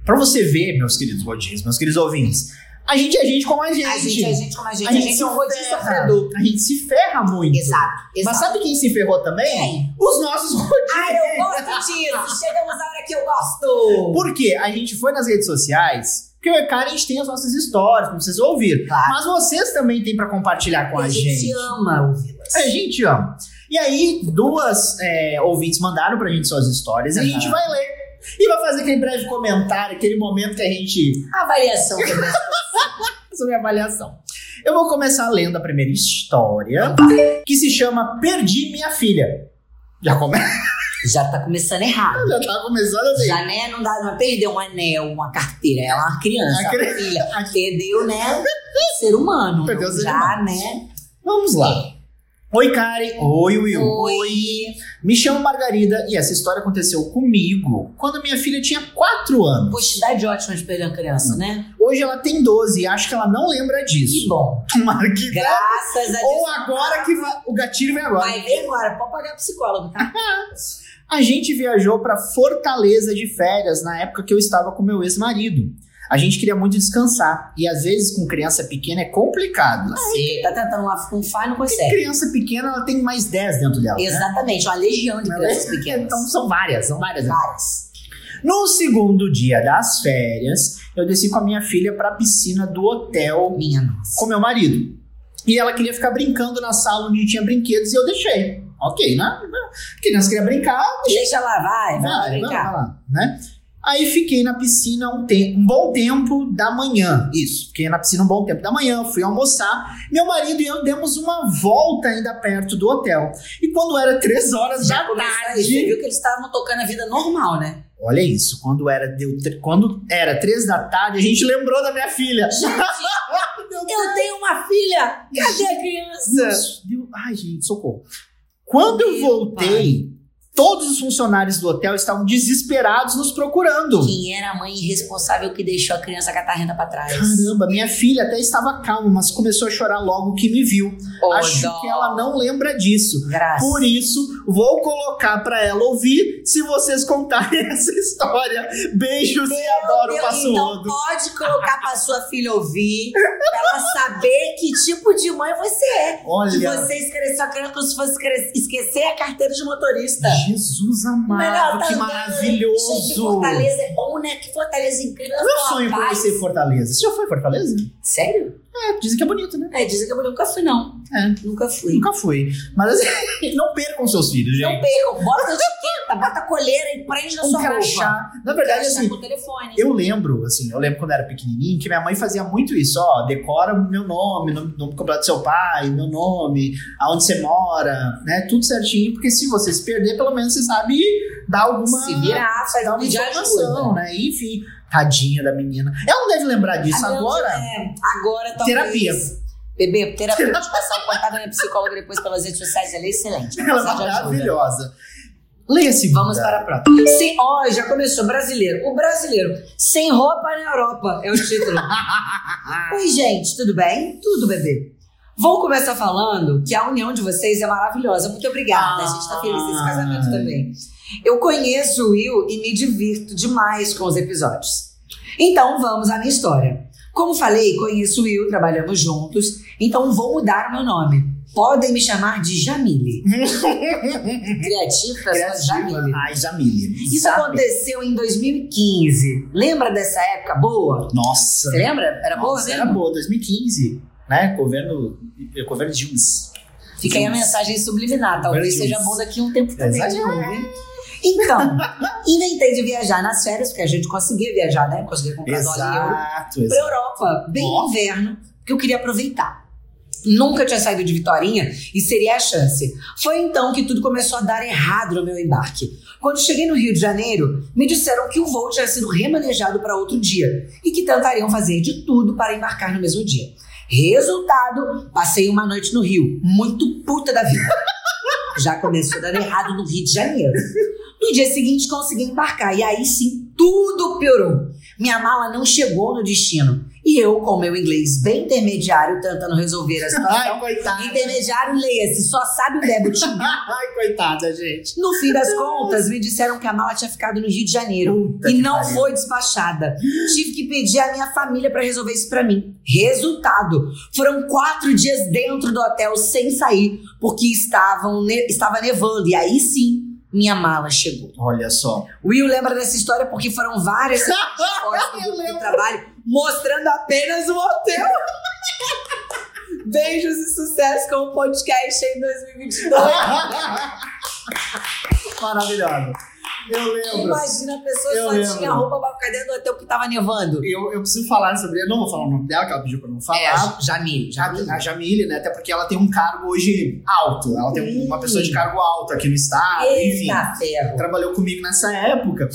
C: Pra você ver, meus queridos gordinhos, meus queridos ouvintes, a gente é gente como a gente.
B: A gente, a gente como a gente,
C: A gente
B: é um rodízio sofredor.
C: A gente se ferra muito.
B: Exato,
C: Mas
B: exato.
C: sabe quem se ferrou também? Os nossos gordinhos.
B: Ah, eu gosto disso! Chegamos à hora que eu gosto!
C: Por quê? A gente foi nas redes sociais, porque, cara, a gente tem as nossas histórias, como vocês ouviram.
B: Claro.
C: Mas vocês também têm pra compartilhar com a gente.
B: ama assim. ouvi-las.
C: A gente ama. E aí, duas é, ouvintes mandaram pra gente suas histórias e a
B: Aham.
C: gente vai ler. E vai fazer aquele breve comentário, aquele momento que a gente.
B: A avaliação que eu gosto.
C: sobre a avaliação. Eu vou começar lendo a primeira história, que se chama Perdi Minha Filha. Já começa?
B: Já tá começando errado.
C: Já tá começando assim.
B: Já, né? Não dá, não perdeu um anel, uma carteira. Ela é uma criança,
C: A
B: uma
C: cri-
B: filha. Perdeu, né? Ser humano.
C: Perdeu ser
B: já,
C: humano.
B: né?
C: Vamos lá. Oi, Karen. Oi, Will.
B: Oi.
C: Me chamo Margarida e essa história aconteceu comigo quando minha filha tinha 4 anos.
B: Poxa, idade ótima de perder uma criança, né?
C: Hoje ela tem 12 e acho que ela não lembra
B: Que
C: disso.
B: bom.
C: Tomara que
B: Graças a Deus.
C: Ou agora que vai- o gatilho vem agora.
B: Vai ver agora, pode pagar psicólogo, tá?
C: A gente viajou pra Fortaleza de férias na época que eu estava com meu ex-marido. A gente queria muito descansar e às vezes com criança pequena é complicado.
B: Você tá tentando lá com fá e não
C: Porque
B: consegue.
C: criança pequena ela tem mais 10 dentro dela. né?
B: Exatamente, uma legião de crianças pequenas.
C: Então são várias, são várias. Várias. No segundo dia das férias, eu desci com a minha filha pra piscina do hotel
B: Minha nossa.
C: com meu marido. E ela queria ficar brincando na sala onde tinha brinquedos e eu deixei. Ok, né? Criança queria brincar,
B: Deixa lá, vai, vai,
C: Vai,
B: vem
C: vai
B: cá.
C: lá, né? Aí fiquei na piscina um, te- um bom tempo da manhã. Isso, fiquei na piscina um bom tempo da manhã, fui almoçar. Meu marido e eu demos uma volta ainda perto do hotel. E quando era três horas da
B: Começou aí, Você
C: tarde.
B: viu que eles estavam tocando a vida normal, né?
C: Olha isso, quando era, deu, tre- quando era três da tarde, a gente lembrou da minha filha.
B: Eu tenho uma filha! Cadê a criança?
C: Isso, deu- Ai, gente, socorro. Quando eu
B: Meu
C: voltei, todos os funcionários do hotel estavam desesperados nos procurando.
B: Quem era a mãe irresponsável que deixou a criança catarrenda pra trás?
C: Caramba, minha filha até estava calma, mas começou a chorar logo que me viu.
B: Ô,
C: Acho
B: dó.
C: que ela não lembra disso.
B: Graça.
C: Por isso, vou colocar pra ela ouvir se vocês contarem essa história. Beijos e adoro o
B: Deus,
C: passo
B: então
C: Rodo.
B: pode colocar pra sua filha ouvir, pra ela saber que tipo de mãe você é. Que
C: Olha,
B: você esqueceu a criança como se fosse cre- esquecer a carteira de motorista.
C: Jesus
B: Melhor
C: amado,
B: tá
C: que
B: andando. Gente,
C: maravilhoso.
B: Fortaleza é bom, né? Que Fortaleza incrível.
C: Meu
B: só a
C: sonho
B: paz.
C: conhecer Fortaleza. Você já foi em Fortaleza?
B: Sério?
C: É, dizem que é bonito, né?
B: É, dizem que eu nunca fui, não.
C: É.
B: Nunca fui.
C: Nunca fui. Mas assim, não percam seus filhos,
B: Não
C: gente.
B: percam, bota a etiqueta, bota a colheira e prende na
C: Um
B: sua roupa.
C: crachá. Na verdade,
B: Crachá
C: assim,
B: com o telefone.
C: Eu lembro, assim, eu lembro quando era pequenininho que minha mãe fazia muito isso, ó, decora o meu nome, nome, nome completo do seu pai, meu nome, aonde você mora, né, tudo certinho, porque se você se perder, pelo menos você sabe dar alguma,
B: Se virar, faz
C: dar
B: um
C: uma
B: vídeo
C: informação,
B: ajuda.
C: né, enfim, tadinha da menina. Ela não deve lembrar disso
B: Ah, não,
C: agora,
B: é, agora talvez.
C: Terapia.
B: Bebê, terapia. Te passar o contato da minha psicóloga depois pelas redes sociais, ela é excelente.
C: ela é
B: Precisa de ajuda.
C: maravilhosa. Leia esse né?
B: Vamos para a próxima. Sim, ó, já começou. Brasileiro. O brasileiro sem roupa na Europa é o título. Oi, gente, tudo bem? Tudo, bebê. Vou começar falando que a união de vocês é maravilhosa. Muito obrigada. a gente tá feliz nesse casamento também. Eu conheço o Will e me divirto demais com os episódios. Então, vamos à minha história. Como falei, conheço o Will, trabalhamos juntos, então vou mudar o meu nome. Podem me chamar de Jamile. Criativa, pessoa é Jamile.
C: Ai, Jamile.
B: Isso
C: sabe?
B: aconteceu em 2015. Lembra dessa época boa?
C: Nossa.
B: Você lembra? Era boa né?
C: Nossa,
B: mesmo?
C: era boa, 2015, né, governo, governo Dilma.
B: Fica aí a mensagem subliminar. Talvez
C: Agora
B: seja
C: diz.
B: bom daqui a um tempo também.
C: Exato.
B: de novo, hein? Então, inventei de viajar nas férias, porque a gente conseguia viajar, né? Conseguia comprar dólar e euro.
C: Exato,
B: Pra
C: exato.
B: Europa, bem
C: Ó.
B: inverno, que eu queria aproveitar. Nunca tinha saído de Vitorinha e seria a chance. Foi então que tudo começou a dar errado no meu embarque. Quando cheguei no Rio de Janeiro, me disseram que o voo tinha sido remanejado para outro dia e que tentariam fazer de tudo para embarcar no mesmo dia. Resultado, passei uma noite no Rio, muito puta da vida. Já começou dando errado no Rio de Janeiro. No dia seguinte consegui embarcar e aí sim tudo piorou. Minha mala não chegou no destino e eu, com meu inglês bem intermediário, tentando resolver a
C: Ai,
B: situação.
C: coitada.
B: Então, intermediário, leia-se, só sabe o débito. tipo,
C: Ai, coitada, gente.
B: No fim das contas, me disseram que a mala tinha ficado no Rio de Janeiro
C: Puta
B: e
C: que
B: não
C: pariu.
B: foi despachada. Tive que pedir à minha família pra resolver isso pra mim. Resultado: foram quatro dias dentro do hotel sem sair, porque estavam ne- estava nevando. E aí sim, minha mala chegou.
C: Olha só.
B: Will lembra dessa história porque foram várias histórias do grupo de trabalho mostrando apenas um hotel. Beijos e sucesso com o podcast em 2022.
C: Maravilhosa. Eu lembro.
B: Imagina, a pessoa
C: Eu
B: só
C: lembro.
B: tinha roupa pra ficar dentro do hotel porque tava nevando.
C: Eu, eu preciso falar sobre. Eu não vou falar o nome dela, que ela pediu pra eu não falar.
B: É, a Jamile. Jamile.
C: a, a Jamile, né? Até porque ela tem um cargo hoje alto. Ela tem
B: Sim.
C: uma pessoa de cargo alto aqui no estado, Ah, enfim.
B: Eita ferro.
C: trabalhou comigo nessa época.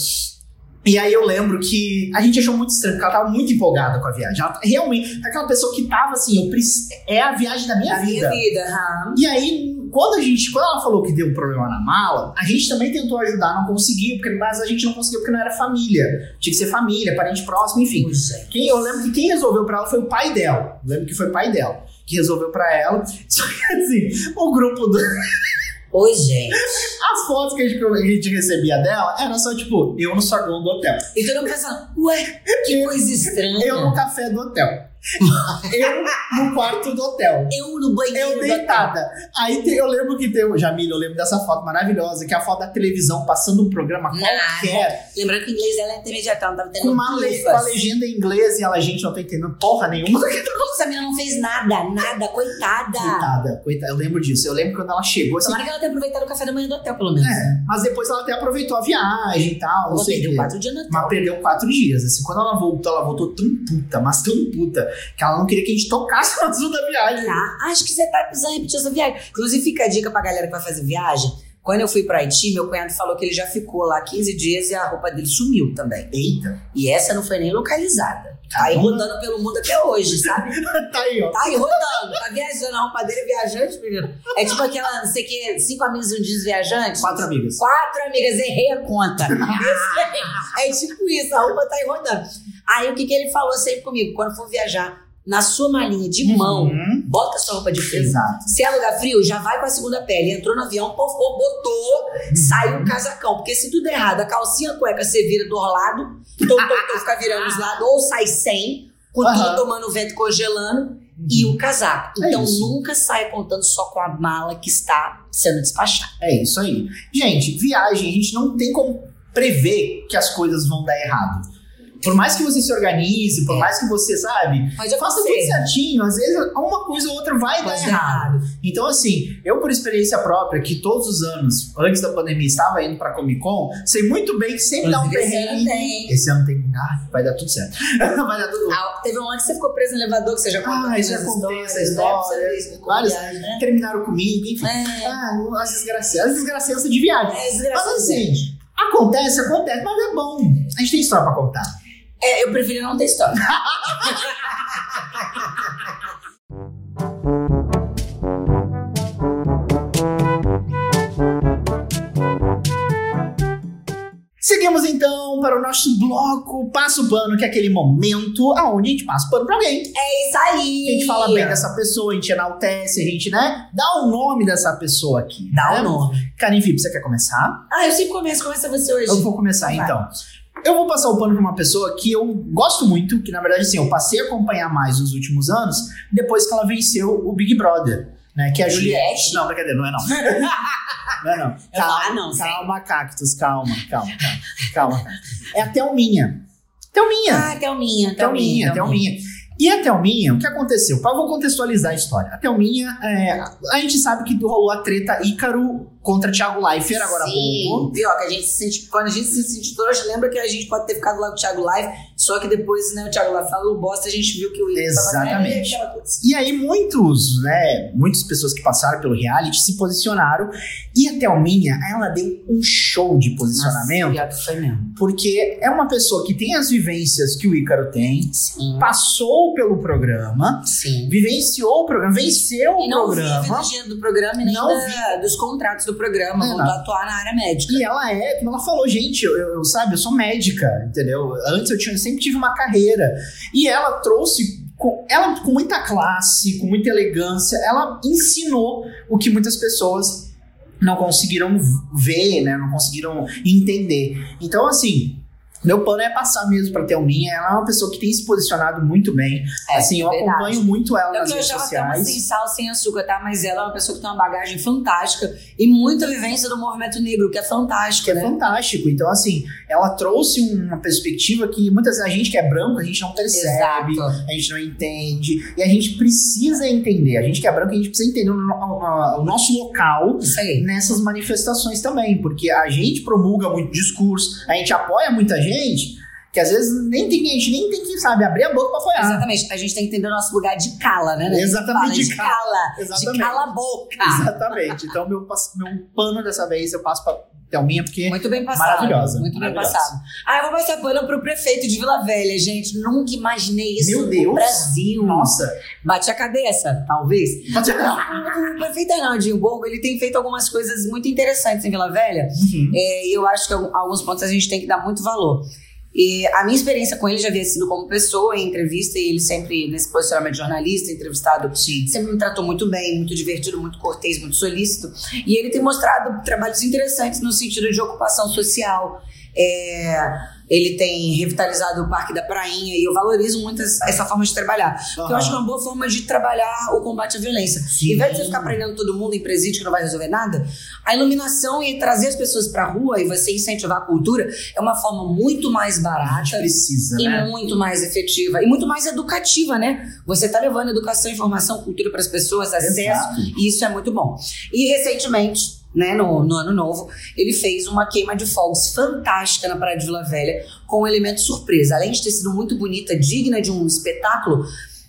C: E aí eu lembro que a gente achou muito estranho, porque ela tava muito empolgada com a viagem. Ela tá- realmente, aquela pessoa que tava assim, eu preci- é a viagem da minha
B: A minha
C: vida.
B: vida, aham.
C: E aí, quando a gente, quando ela falou que deu um problema na mala, a gente também tentou ajudar, não conseguiu, porque mas a gente não conseguiu porque não era família. Tinha que ser família, parente próximo, enfim. Quem, eu lembro que quem resolveu pra ela foi o pai dela. Eu lembro que foi o pai dela que resolveu pra ela. Só que assim, o grupo do,
B: Oi, gente.
C: as fotos que a gente, a gente recebia dela era só tipo, eu no saguão do hotel.
B: E todo mundo pensando, ué, que coisa estranha.
C: Eu no café do hotel. eu no quarto do hotel.
B: Eu no banheiro.
C: Eu
B: do hotel.
C: deitada. Aí tem- eu lembro que tem o Jamil, eu lembro dessa foto maravilhosa, que é a foto da televisão passando um programa qualquer,
B: Lembrando que o inglês ela é intermediária, ela Ah, não tava
C: com
B: tendo
C: uma, le- com a legenda em inglês e ela, gente, não tá entendendo porra nenhuma.
B: Como essa menina não fez nada, nada, coitada.
C: Coitada, coitada, eu lembro disso. Eu lembro quando ela chegou assim.
B: Tomara que ela tenha aproveitado o café da manhã do hotel, pelo menos. um
C: É, mas depois ela até aproveitou a viagem e tal, não
B: ela
C: sei o
B: perdeu
C: quê.
B: quatro dias no hotel.
C: Mas perdeu quatro dias. Assim, quando ela voltou, ela voltou tão puta, mas tão puta, que ela não queria que a gente tocasse no assunto da viagem.
B: Tá? Acho que você tá precisando repetir essa viagem. Inclusive, fica a dica pra galera que vai fazer viagem. Quando eu fui pra Haiti, meu cunhado falou que ele já ficou lá 15 dias e a roupa dele sumiu também.
C: Eita,
B: E essa não foi nem localizada. Tá aí
C: Caramba.
B: rodando pelo mundo até hoje, sabe?
C: tá aí, ó.
B: Tá aí rodando. Tá viajando, a roupa dele é viajante, menino. É tipo aquela, não sei o que, cinco amigos e um diz viajante.
C: Quatro amigas.
B: Quatro amigas, errei a conta. é tipo isso, a roupa tá aí rodando. Aí o que, que ele falou sempre comigo? Quando for viajar, na sua malinha de mão,
C: Uhum.
B: bota sua roupa de frio.
C: Exato.
B: Se é lugar frio, já vai com a segunda pele. Entrou no avião, pofou, botou, saiu o casacão. Porque se tudo der errado, a calcinha a cueca você vira do lado, então fica virando os lados, ou sai sem, com tudo
C: Aham.
B: tomando vento congelando, e o casaco.
C: É
B: Então
C: isso.
B: nunca saia contando só com a mala que está sendo despachada.
C: É isso aí. Gente, viagem, a gente não tem como prever que as coisas vão dar errado. Por mais que você se organize,
B: É.
C: por mais que você, sabe,
B: Mas eu
C: faça tudo certinho, às vezes uma coisa ou outra vai dar
B: Mas
C: errado. Então, assim, eu, por experiência própria, que todos os anos, antes da pandemia, estava indo pra Comic Con, sei muito bem que sempre dá um
B: Esse ano
C: perrengue.
B: tem.
C: Esse ano tem. Ah, vai dar tudo certo. vai dar tudo.
B: Ah, teve um ano que você ficou preso no elevador, que você já contou.
C: Ah, isso já
B: as
C: contei essa
B: histórias, né? Pra você ver
C: história.
B: isso,
C: Vários
B: viagem, né?
C: terminaram comigo, enfim.
B: É.
C: Ah, as desgraças, as desgraças de viagem.
B: É,
C: Mas
B: desgraçado.
C: assim, acontece, acontece, mas é bom. A gente tem história pra contar.
B: É, eu prefiro não ter história.
C: Seguimos então para o nosso bloco Passa o Pano, que é aquele momento aonde a gente passa o pano pra alguém.
B: É isso aí.
C: A gente fala
B: É.
C: bem né? dessa pessoa, a gente enaltece, a gente, né? Dá o nome dessa pessoa aqui.
B: Dá
C: né?
B: o nome.
C: Karine Felipe, você quer começar?
B: Ah, eu sempre começo. Começa você hoje.
C: Eu vou começar
B: Vai.
C: então. Eu vou passar o pano pra uma pessoa que eu gosto muito, que na verdade, assim, eu passei a acompanhar mais nos últimos anos, depois que ela venceu o Big Brother, né? Que é a Juliette.
B: Juliette?
C: Não, brincadeira, não é não. Não é não.
B: Ah, não, sim.
C: Calma, cactus, calma, calma, calma. calma. É a Thelminha. Thelminha!
B: Ah, Thelminha.
C: Thelminha, Thelminha. E a Thelminha, o que aconteceu? Eu vou contextualizar a história. A Thelminha, é, a gente sabe que rolou a treta Ícaro contra Thiago Leifert agora há pouco.
B: Sim, viu? ó, Que a gente se sente, quando a gente se sente trouxa, lembra que a gente pode ter ficado lá com o Thiago Live, só que depois, né, o Thiago Live falou bosta, a gente viu que o Igor tava-
C: Exatamente.
B: Aquela coisa.
C: E aí muitos, né, muitas pessoas que passaram pelo reality se posicionaram e a Thelminha, ela deu um show de posicionamento,
B: Nossa, que foi mesmo.
C: porque é uma pessoa que tem as vivências que o Ícaro tem,
B: Sim.
C: passou pelo programa,
B: Sim.
C: vivenciou o programa, venceu
B: E
C: o
B: não
C: programa.
B: vive do dinheiro do programa e nem
C: Não
B: da- dos contratos do programa.
C: É,
B: Vão
C: não.
B: atuar na área médica.
C: E ela é, como ela falou, gente, eu, eu- eu, sabe, eu sou médica, entendeu? Antes eu, tinha, eu sempre tive uma carreira. E ela trouxe, com, ela com muita classe, com muita elegância, ela ensinou o que muitas pessoas não conseguiram ver, né? Não conseguiram entender. Então, assim, Meu plano é passar mesmo pra Thelminha. Ela é uma pessoa que tem se posicionado muito bem.
B: É,
C: assim, eu
B: verdade.
C: acompanho muito ela
B: Eu
C: nas
B: É que eu
C: redes
B: chamo até uma
C: sociais.
B: sem sal, sem açúcar, tá? Mas ela é uma pessoa que tem uma bagagem fantástica e muita vivência do movimento negro, que é fantástico,
C: que é
B: né?
C: fantástico. Então, assim, ela trouxe uma perspectiva que muitas vezes a gente que é branco, a gente não percebe,
B: Exato.
C: a gente não entende. E a gente precisa entender. A gente que é branco, a gente precisa entender o, no- a- o nosso local
B: Isso aí.
C: nessas manifestações também. Porque a gente promulga muito discurso, a gente apoia muita gente, que às vezes nem tem, a gente nem tem que, sabe, abrir a boca pra apoiar.
B: Exatamente. A gente tem que entender o nosso lugar de cala, né? né?
C: Tá. Exatamente,
B: Fala
C: de
B: De
C: cala.
B: cala.
C: Exatamente.
B: De cala a boca.
C: Exatamente. Então, meu, pas- meu pano dessa vez eu passo pra Thelminha, porque.
B: Muito bem passado.
C: Maravilhosa,
B: Muito bem
C: maravilhosa.
B: passado. Ah, eu vou passar pano pro prefeito de Vila Velha, gente. Nunca imaginei isso
C: Meu
B: no
C: Deus.
B: Brasil.
C: Nossa!
B: Bate a cabeça, talvez.
C: Uhum.
B: O prefeito Arnaldinho Borgo, ele tem feito algumas coisas muito interessantes em Vila Velha.
C: Uhum.
B: É, e eu acho que al- alguns pontos a gente tem que dar muito valor. E a minha experiência com ele já havia sido como pessoa em entrevista, e ele sempre, nesse posicionamento de jornalista, entrevistado, sempre me tratou muito bem, muito divertido, muito cortês, muito solícito. E ele tem mostrado trabalhos interessantes no sentido de ocupação social. É, ele tem revitalizado o Parque da Prainha, e eu valorizo muito essa essa forma de trabalhar. Porque eu
C: um
B: acho que é uma boa forma de trabalhar o combate à violência. Em vez de você ficar prendendo todo mundo em presídio que não vai resolver nada, a iluminação e trazer as pessoas pra rua e você incentivar a cultura é uma forma muito mais barata
C: Precisa,
B: e
C: né?
B: muito mais efetiva e muito mais educativa, né? Você tá levando educação, informação, cultura pras pessoas, acesso,
C: Exato.
B: e isso é muito bom. E recentemente, né, no, no ano novo, ele fez uma queima de fogos fantástica na Praia de Vila Velha, com um elemento surpresa. Além de ter sido muito bonita, digna de um espetáculo,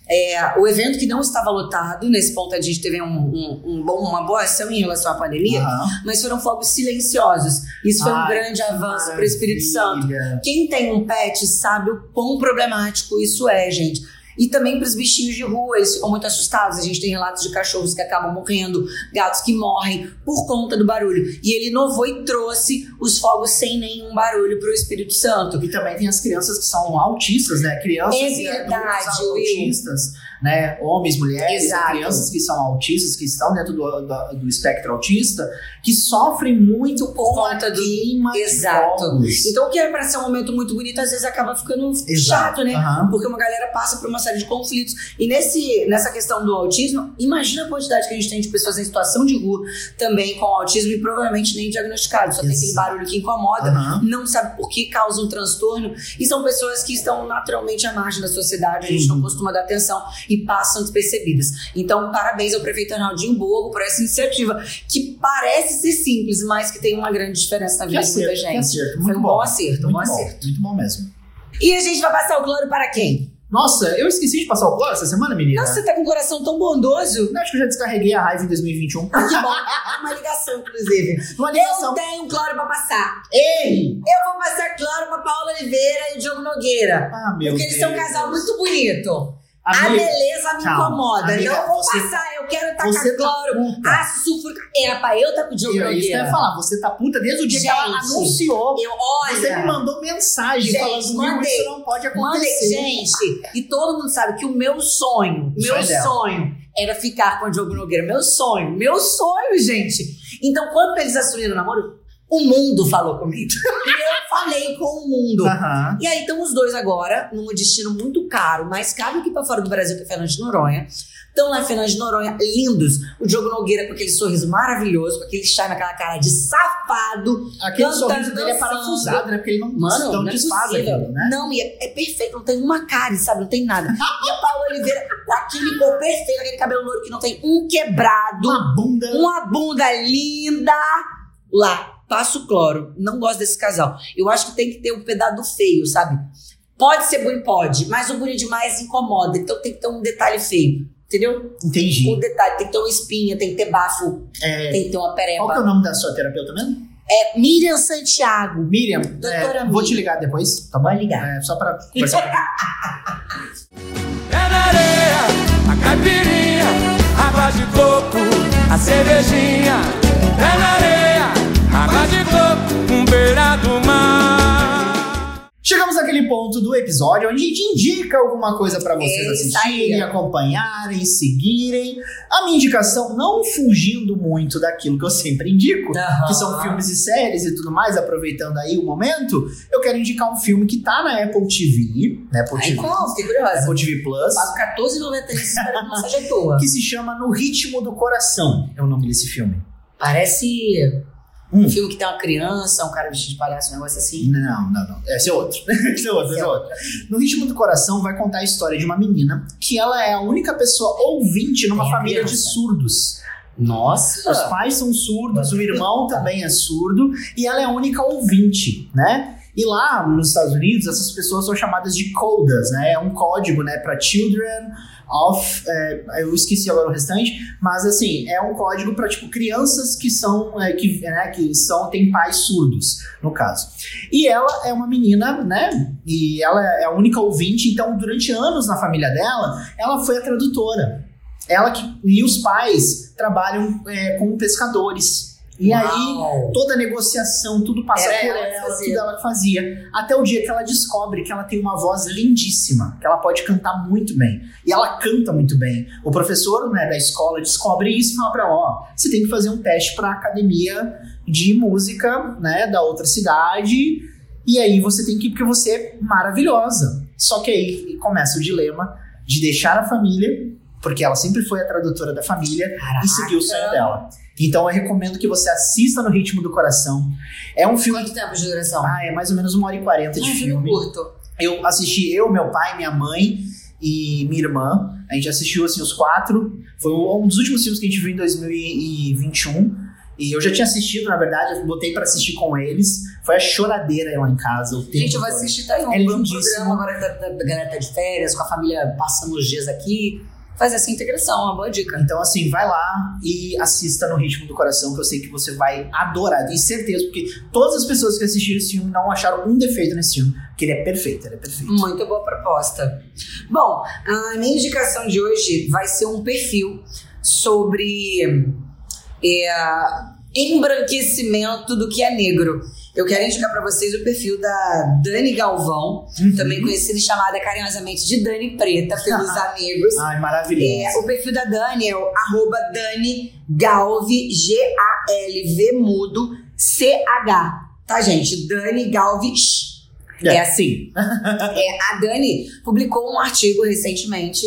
B: é, o evento que não estava lotado, nesse ponto a gente teve um, um- um bom, uma boa ação em relação à pandemia,
C: Aham.
B: mas foram fogos silenciosos. Isso foi um
C: Ai,
B: grande avanço para o Espírito Santo.
C: Maravilha.
B: Quem tem um pet sabe o quão problemático isso é, gente. E também para os bichinhos de rua, eles ficam muito assustados. A gente tem relatos de cachorros que acabam morrendo, gatos que morrem por conta do barulho. E ele inovou e trouxe os fogos sem nenhum barulho para o Espírito Santo.
C: E também tem as crianças que são autistas, né? Crianças
B: É
C: e adultos
B: verdade, Will.
C: autistas, né? Homens, mulheres,
B: Exato.
C: crianças que são autistas, que estão dentro do, do, do espectro autista, que sofrem muito
B: Por
C: com a
B: conta do-
C: queima de
B: Exato.
C: fogos.
B: Então, o que era para ser um momento muito bonito, às vezes acaba ficando
C: Exato,
B: chato, né?
C: aham.
B: Porque uma galera passa por uma série de conflitos. E nesse, nessa questão do autismo, imagina a quantidade que a gente tem de pessoas em situação de rua também com autismo e provavelmente nem diagnosticado. Só tem aquele
C: Exato.
B: barulho que incomoda,
C: Aham.
B: não sabe por que causa um transtorno. E são pessoas que estão naturalmente à margem da sociedade, a gente não costuma dar atenção e passam despercebidas. Então, parabéns ao prefeito Arnaldinho Borgo por essa iniciativa, que parece ser simples, mas que tem uma grande diferença na
C: Que
B: vida de muita
C: acerto, que
B: gente.
C: acerto.
B: Foi
C: Muito
B: um bom acerto, um
C: Muito
B: bom acerto.
C: Muito bom mesmo.
B: E a gente vai passar o cloro para quem?
C: Nossa, eu esqueci de passar o cloro essa semana, menina.
B: Nossa, você tá com um coração tão bondoso.
C: Eu Acho que eu já descarreguei a raiva em 2021.
B: Que bom. É uma ligação, inclusive.
C: Uma
B: Eu
C: ligação.
B: tenho um cloro pra passar.
C: Ei!
B: Eu vou passar cloro pra Paula Oliveira e o Diogo Nogueira.
C: Ah, meu
B: Porque eles são um
C: Deus. Ah, então
B: casal muito bonito. a
C: Amiga,
B: beleza me
C: calma.
B: incomoda.
C: Amiga,
B: não vou
C: você-
B: passar, eu quero
C: você
B: tacar
C: tá
B: cloro. Ah,
C: puta.
B: A sulfur... Era pra eu tá com o Diogo
C: eu, isso que eu ia
B: Nogueira.
C: falar. Você tá puta desde o dia que ela
B: Gente,
C: anunciou.
B: Eu, olha...
C: Você me mandou mensagem
B: Gente,
C: falando "Will,
B: mandei.
C: isso não pode
B: Mandei,
C: acontecer.
B: gente, e todo mundo sabe que o meu sonho,
C: O
B: meu
C: sonho é dela.
B: sonho era ficar com o Diogo Nogueira. Meu sonho, meu sonho, gente. Então, quando eles assumiram o namoro, o mundo falou comigo. E eu falei com o mundo.
C: Aham.
B: E aí estão os dois agora, num destino muito caro, mais caro que pra fora do Brasil, que é Fernando de Noronha. Estão lá em Fernando de Noronha, lindos. O Diogo Nogueira com aquele sorriso maravilhoso, com aquele charme, aquela cara de safado.
C: Aquele
B: Cantando,
C: sorriso dele é
B: dançando.
C: parafusado, né? Porque ele não,
B: Mano,
C: não
B: não é
C: desfaz
B: possível.
C: aquilo, né?
B: Não, e é, é perfeito, não tem uma cara, sabe? Não tem nada. E a Paula Oliveira com aquele corpo perfeito, aquele cabelo louro que não tem um quebrado,
C: Uma bunda.
B: uma bunda linda. Lá, passa o cloro. Não gosto desse casal. Eu acho que tem que ter um pedaço do feio, sabe? Pode ser bonito, pode, mas o bonito demais incomoda. Então tem que ter um detalhe feio, entendeu?
C: Entendi.
B: Um detalhe, tem que ter uma espinha, tem que ter bafo,
C: É,
B: tem que ter uma
C: qual que é
B: pereba.
C: o nome da sua terapeuta mesmo?
B: É Miriam Santiago.
C: Miriam.
B: Doutora
C: é,
B: Miriam.
C: Vou te ligar depois, tá bom?
B: Pode ligar.
C: É, só pra conversar.
A: É na areia, a caipirinha, água de coco, a cervejinha. É na areia, água de coco, um beira do mar.
C: Chegamos aqui aquele ponto do episódio onde a gente indica alguma coisa pra vocês
B: É isso aí,
C: assistirem,
B: ó.
C: acompanharem, seguirem. A minha indicação, não fugindo muito daquilo que eu sempre indico,
B: Aham.
C: que são filmes e séries e tudo mais, aproveitando aí o momento, eu quero indicar um filme que tá na Apple TV, na Apple
B: Aí
C: TV,
B: como? Fiquei curiosa.
C: Apple TV Plus,
B: Pago 14,90 espero que não seja à toa.
C: que se chama No Ritmo do Coração, é o nome desse filme.
B: Parece
C: Hum.
B: um filme que tem uma criança, um cara vestido de palhaço, um negócio assim.
C: Não, não, não. Esse é outro. Esse é outro, esse é outro. No Ritmo do Coração vai contar a história de uma menina que ela é a única pessoa ouvinte numa
B: Tem a
C: família de
B: criança.
C: surdos. Os
B: Nossa!
C: pais são surdos, o irmão também é surdo e ela é a única ouvinte, né? E lá nos Estados Unidos, essas pessoas são chamadas de codas, né? É um código, né, para children of, é, eu esqueci agora o restante, mas assim, é um código para tipo crianças que são é, que, né, que são têm pais surdos, no caso. E ela é uma menina, né? E ela é a única ouvinte, então durante anos na família dela, ela foi a tradutora. Ela que, e os pais trabalham é, como pescadores. E aí
B: Uau.
C: toda a negociação, tudo passa
B: É. Era
C: por
B: ela que
C: ela,
B: fazia.
C: tudo ela que fazia. Até o dia que ela descobre que ela tem uma voz lindíssima, que ela pode cantar muito bem. E ela canta muito bem. O professor né, da escola descobre isso e fala pra ela: ó, você tem que fazer um teste pra academia de música né, da outra cidade. E aí você tem que ir porque você é maravilhosa. Só que aí começa o dilema de deixar a família, porque ela sempre foi a tradutora da família, e seguir o sonho dela. Então eu recomendo que você assista no Ritmo do Coração. É um filme que.
B: Quanto tempo de duração?
C: Ah, é mais ou menos uma hora e quarenta de
B: um
C: filme.
B: curto.
C: Eu assisti eu, meu pai, minha mãe e minha irmã. A gente assistiu assim os quatro. Foi um dos últimos filmes que a gente viu em 2021. E eu já tinha assistido, na verdade, eu botei pra assistir com eles. Foi a choradeira lá em casa. O tempo
B: Gente, eu vou
C: todo.
B: assistir tá aí, um
C: É lindíssimo.
B: programa agora que tá- da, da galera tá de férias, com a família passando os dias aqui. Faz essa integração, é uma boa dica.
C: Então, assim, vai lá e assista no Ritmo do Coração, que eu sei que você vai adorar. Tenho certeza, porque todas as pessoas que assistiram esse filme não acharam um defeito nesse filme, porque ele é perfeito, ele é perfeito.
B: Muito boa proposta. Bom, a minha indicação de hoje vai ser um perfil sobre é, embranquecimento do que é negro. Eu quero indicar para vocês o perfil da Dani Galvão, também
C: Uhum.
B: conhecida e chamada carinhosamente de Dani Preta pelos amigos.
C: Ai, maravilhoso.
B: É, o perfil da Dani é o arroba Dani Galve, G-A-L-V mudo, C-H. Tá, gente? Dani Galves. É,
C: É.
B: assim. É, a Dani publicou um artigo recentemente.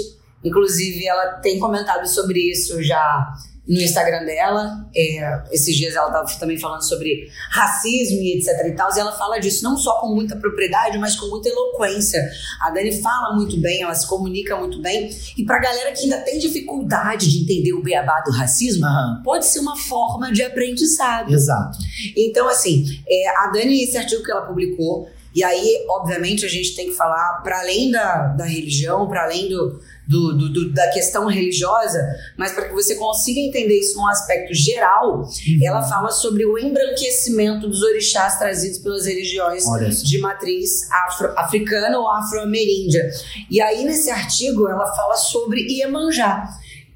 B: Inclusive, ela tem comentado sobre isso já no Instagram dela. É, esses dias ela estava também falando sobre racismo e etc e tal. E ela fala disso não só com muita propriedade, mas com muita eloquência. A Dani fala muito bem, ela se comunica muito bem. E pra galera que ainda tem dificuldade de entender o beabá do racismo,
C: Aham,
B: pode ser uma forma de aprendizado.
C: Exato.
B: Então, assim, é, a Dani, esse artigo que ela publicou, e aí, obviamente, a gente tem que falar, para além da, da religião, para além do, do- do- do- da questão religiosa, mas para que você consiga entender isso num aspecto geral, ela fala sobre o embranquecimento dos orixás trazidos pelas religiões
C: Olha só.
B: de matriz afro- africana ou afro-ameríndia. E aí, nesse artigo, ela fala sobre Iemanjá,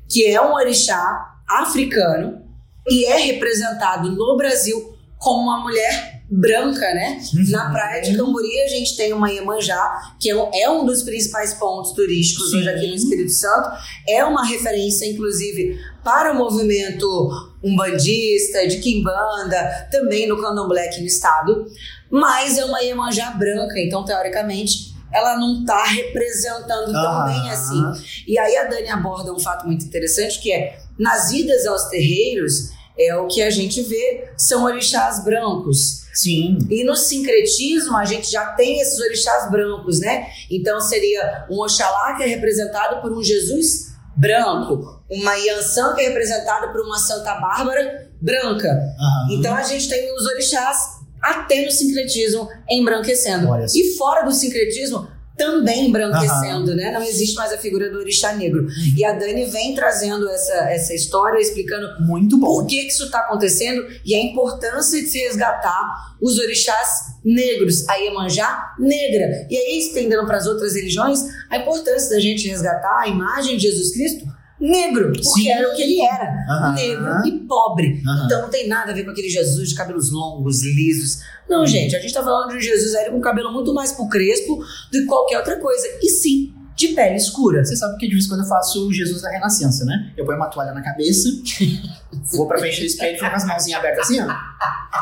B: que é um orixá africano e é representado no Brasil como uma mulher branca, né?
C: Uhum.
B: Na Praia de Camboriú, a gente tem uma Iemanjá, que é um, é um dos principais pontos turísticos hoje aqui no Espírito Santo. É uma referência, inclusive, para o movimento umbandista, de quimbanda, também no candomblé aqui no estado. Mas é uma Iemanjá branca, então, teoricamente, ela não está representando tão
C: Ah.
B: bem assim. E aí a Dani aborda um fato muito interessante, que é, nas idas aos terreiros, é o que a gente vê são orixás brancos.
C: Sim.
B: E no sincretismo, a gente já tem esses orixás brancos, né? Então seria um Oxalá que é representado por um Jesus branco, uma Iansã que é representada por uma Santa Bárbara branca.
C: aham.
B: Então a gente tem os orixás até no sincretismo embranquecendo.
C: Olha só.
B: E fora do sincretismo, também embranquecendo, né? Não existe mais a figura do orixá negro.
C: Uhum.
B: E a Dani vem trazendo essa, essa história, explicando
C: Muito bom. né?
B: por que, que isso está acontecendo e a importância de se resgatar os orixás negros, a Iemanjá negra. E aí, estendendo para as outras religiões, a importância da gente resgatar a imagem de Jesus Cristo negro, porque
C: Sim.
B: era o que ele era,
C: Aham.
B: um negro e pobre.
C: Aham.
B: Então não tem nada a ver com aquele Jesus de cabelos longos, lisos. Não, gente, a gente tá falando de um Jesus velho com cabelo muito mais pro crespo do que qualquer outra coisa. E sim, de pele escura.
C: Você sabe que de vez em quando eu faço o Jesus da Renascença, né? Eu ponho uma toalha na cabeça, vou pra frente do espelho, fico com as mãozinhas abertas assim, ó.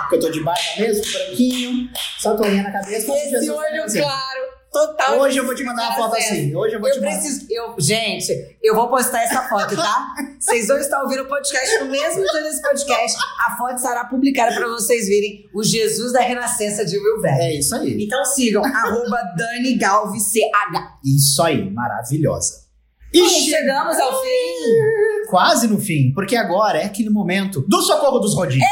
C: Porque eu tô de barba mesmo, branquinho, só a toalhinha na cabeça. faço é o Jesus
B: Esse
C: da
B: olho
C: Renascença.
B: claro, total.
C: Hoje eu vou te mandar uma foto assim. Hoje eu vou te
B: Eu
C: mandar.
B: preciso. Eu, gente, eu vou postar essa foto, tá? Vocês vão estar ouvindo o podcast no mesmo dia desse podcast. A foto estará publicada pra vocês verem o Jesus da Renascença de Will Velho.
C: É isso aí.
B: Então sigam, arroba Dani Galves CH.
C: Isso aí, maravilhosa.
B: E
C: E che-
B: chegamos ao fim!
C: quase no fim, porque agora é aquele momento do socorro dos rodinhos.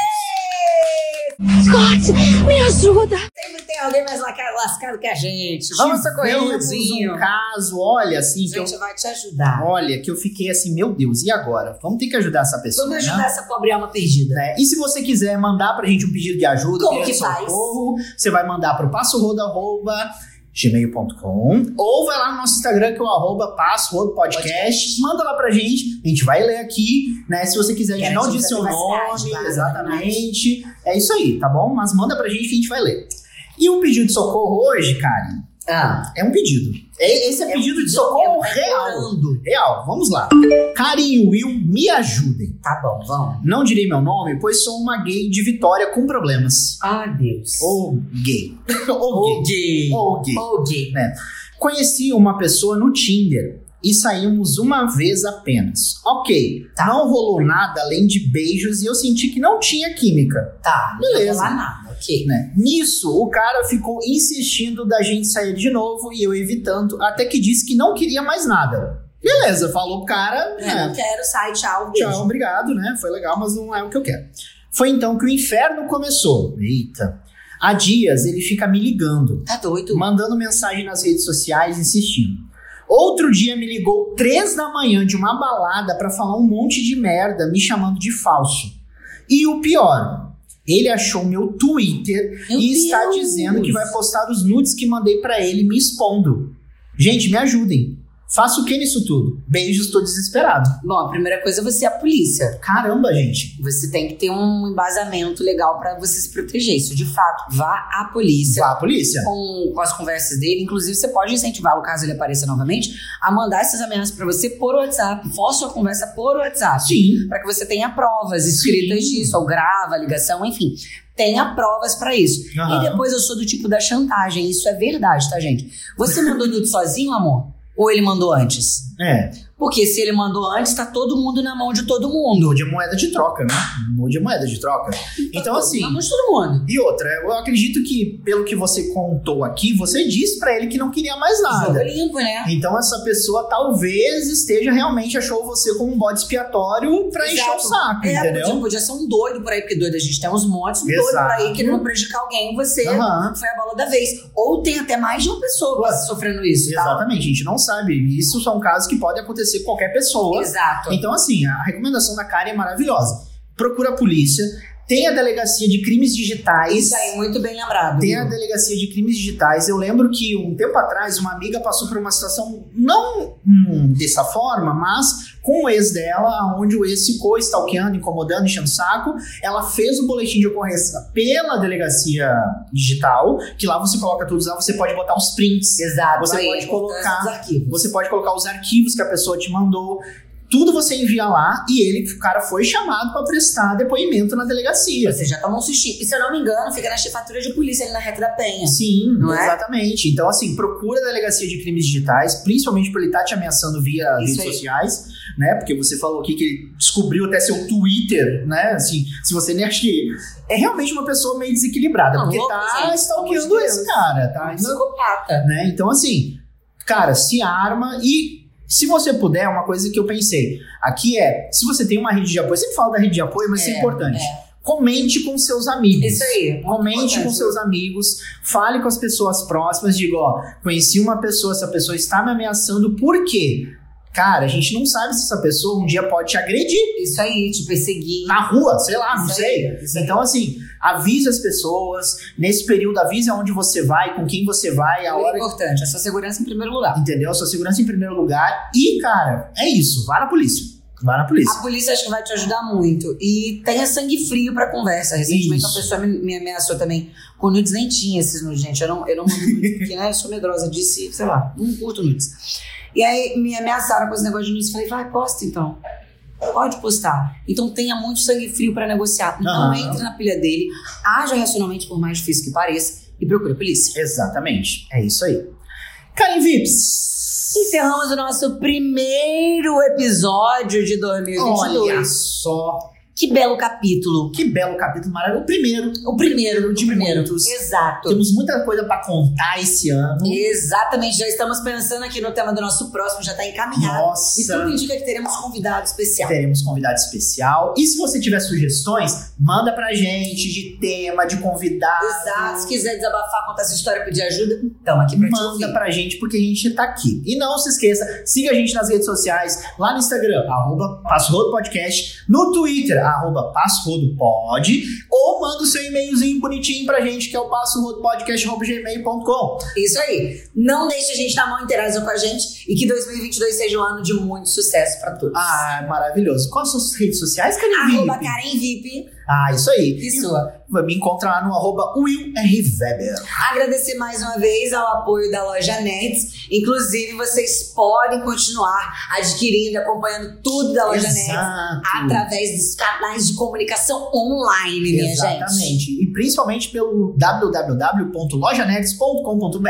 B: Sempre tem alguém mais laca- lascado que a gente. Vamos socorrer o
C: Tivemos
B: vizinho.
C: um caso, olha assim,
B: A
C: que eu,
B: gente vai te ajudar.
C: olha, que eu fiquei assim, meu Deus, e agora? Vamos ter que ajudar essa pessoa,
B: Vamos
C: né?
B: ajudar essa pobre alma perdida.
C: né? E se você quiser mandar pra gente um pedido de ajuda,
B: Como
C: pedido
B: que
C: de
B: faz?
C: socorro, você vai mandar pro passorodo.gmail.com ou vai lá no nosso Instagram que é o arroba passorodo podcast, manda lá pra gente, a gente vai ler aqui, né? Se você quiser, a gente
B: Quero
C: não
B: dizer
C: diz seu
B: privacidade,
C: nome,
B: claro,
C: exatamente. É isso aí, tá bom? Mas manda pra gente que a gente vai ler. E o pedido de socorro hoje, cara,
B: Ah,
C: é um pedido. É- Esse é, pedido de socorro real. Real, vamos lá. Carinho, Will, me ajudem.
B: tá bom, vamos.
C: Não direi meu nome, pois sou uma gay de Vitória com problemas.
B: Ah, Deus.
C: Ou gay. Ou
B: O
C: gay.
B: gay.
C: Ou gay. né?
B: O gay.
C: Conheci uma pessoa no Tinder e saímos uma vez apenas. Ok,
B: Tá.
C: não rolou nada além de beijos e eu senti que não tinha química.
B: Tá, não
C: Beleza.
B: vou falar nada, ok?
C: Né? Nisso, o cara ficou insistindo da gente sair de novo e eu evitando, até que disse que não queria mais nada. Beleza, falou o cara.
B: É,
C: né?
B: Não quero, sai, tchau, beijo.
C: Tchau, obrigado, né? Foi legal, mas não é o que eu quero. Foi então que o inferno começou. Eita. Há dias ele fica me ligando,
B: Tá doido?
C: mandando mensagem nas redes sociais, insistindo. Outro dia me ligou três da manhã de uma balada pra falar um monte de merda, me chamando de falso. E o pior, ele achou meu Twitter
B: Meu
C: e está
B: Deus.
C: dizendo que vai postar os nudes que mandei pra ele me expondo. Gente, me ajudem. Faço o que nisso tudo? Beijos, tô desesperado.
B: Bom, a primeira coisa é você é a polícia.
C: Caramba, gente.
B: Você tem que ter um embasamento legal pra você se proteger. Isso, de fato, vá à polícia.
C: Vá à polícia.
B: Com, com as conversas dele, inclusive você pode incentivá-lo, caso ele apareça novamente, a mandar essas ameaças pra você por WhatsApp. Faça sua conversa por WhatsApp.
C: Sim.
B: Pra que você tenha provas escritas
C: Sim.
B: disso, ou grava a ligação, enfim. Tenha provas pra isso.
C: Aham.
B: E depois eu sou do tipo da chantagem, isso é verdade, tá, gente? Você mandou nude sozinho, amor? Ou ele mandou antes?
C: É.
B: Porque se ele mandou antes, tá todo mundo na mão de todo mundo.
C: Nude é moeda de troca, né? Nude é moeda de troca. Então, assim.
B: Na mão de todo mundo.
C: E outra, eu acredito que, pelo que você contou aqui, você disse pra ele que não queria mais
B: Jogo
C: nada.
B: limpo, né?
C: Então essa pessoa talvez esteja realmente achou você como um bode expiatório pra encher o
B: Exato.
C: saco,
B: É,
C: entendeu?
B: podia, podia ser um doido por aí, porque doido a gente tem uns montes, um doido por
C: Exato.
B: aí querendo prejudicar alguém, você
C: Aham.
B: foi a bola da vez. Ou tem até mais de uma pessoa sofrendo isso, tá?
C: Exatamente, a gente não sabe. Isso são casos que podem acontecer com qualquer pessoa.
B: Exato.
C: Então, assim, a recomendação da Karen é maravilhosa. Procura a polícia, tem a delegacia de crimes digitais.
B: Isso aí, muito bem lembrado.
C: Então, Tem a delegacia de crimes digitais. Eu lembro que um tempo atrás uma amiga passou por uma situação não hum, dessa forma, mas com o ex dela, onde o ex ficou stalkeando, incomodando, enchendo o saco. Ela fez o boletim de ocorrência pela delegacia digital, que lá você coloca tudo, lá você pode botar os prints,
B: Exato.
C: Você
B: aí,
C: pode
B: a importância
C: colocar-
B: dos arquivos.
C: você pode colocar os arquivos que a pessoa te mandou. Tudo você envia lá e ele, o cara foi chamado para prestar depoimento na delegacia.
B: Você já tomou um sushi. E se eu não me engano, fica na chefatura de polícia ali na reta da Penha.
C: Sim,
B: Não é?
C: exatamente. Então, assim, procura a delegacia de crimes digitais, principalmente por ele estar te ameaçando via
B: Isso
C: redes
B: aí.
C: sociais, né? Porque você falou aqui que ele descobriu até seu Twitter, né? Assim, se você nem acha que. É realmente uma pessoa meio desequilibrada,
B: Não,
C: porque
B: louco,
C: tá
B: gente, pelo
C: stalkeando
B: amor de
C: esse
B: Deus.
C: cara, tá?
B: Um Psicopata.
C: né? Então, assim, cara, se arma e. Se você puder, uma coisa que eu pensei aqui é: se você tem uma rede de apoio, eu sempre falo da rede de apoio, mas isso é
B: É,
C: importante. Comente com seus amigos.
B: Isso aí.
C: Comente com
B: importante.
C: seus amigos, fale com as pessoas próximas, diga, ó, conheci uma pessoa, essa pessoa está me ameaçando, por quê? Cara, a gente não sabe se essa pessoa um dia pode te agredir
B: Isso aí, te perseguir.
C: na rua, sei lá, não
B: Isso
C: sei.
B: aí, isso aí.
C: Então, assim, avise as pessoas, nesse período avise aonde você vai, com quem você vai, a
B: É
C: hora.
B: importante. A sua segurança em primeiro lugar.
C: Entendeu? Sua segurança em primeiro lugar. E, cara, é isso, vá na polícia. Vai na polícia.
B: A polícia acho que vai te ajudar muito. E tenha sangue frio pra conversa. Recentemente
C: Isso.
B: uma pessoa me, me ameaçou também com nudes, nem tinha esses nudes, gente. Eu não, eu não mando nudes porque, né, eu sou medrosa. Disse, sei lá, não curto nudes. E aí me ameaçaram com esse negócio de nudes. Falei, vai, posta então. Pode postar. Então tenha muito sangue frio pra negociar. Não
C: Aham.
B: entre na pilha dele, haja racionalmente, por mais difícil que pareça, e procure a polícia.
C: Exatamente. É isso aí. Karen Vips.
B: Encerramos o nosso primeiro episódio de 2022.
C: Olha só.
B: Que belo capítulo.
C: Que belo capítulo maravilhoso. O primeiro.
B: O primeiro,
C: de
B: o primeiro.
C: muitos.
B: Exato.
C: Temos muita coisa pra contar esse ano.
B: Exatamente, já estamos pensando aqui no tema do nosso próximo, já está encaminhado.
C: Nossa.
B: E tudo indica que teremos convidado especial.
C: Teremos convidado especial. E se você tiver sugestões, manda pra gente de tema, de convidado.
B: Exato, se quiser desabafar, contar essa história, pedir ajuda, então aqui pra te
C: Manda
B: ouvir.
C: pra gente porque a gente tá aqui. E não se esqueça, siga a gente nas redes sociais, lá no Instagram, arroba Passrodo Podcast, no Twitter, arroba PassrodoPod, ou manda o seu e-mailzinho bonitinho pra gente, que é o passorodopodcast.gmail.com.
B: Isso aí. Não deixe a gente na mão, interaja com a gente e que 2022 seja um ano de muito sucesso pra todos.
C: Ah, maravilhoso. Quais são as suas redes sociais, Carinho?
B: Arroba Karen VIP
C: Ah, isso aí.
B: e sua.
C: Vai me encontrar lá no arroba Will R. Weber.
B: Agradecer mais uma vez ao apoio da loja Nets. Inclusive, vocês podem continuar adquirindo, acompanhando tudo da loja Nets através dos canais de comunicação online, minha gente.
C: Exatamente. E principalmente pelo www.lojanex.com.br.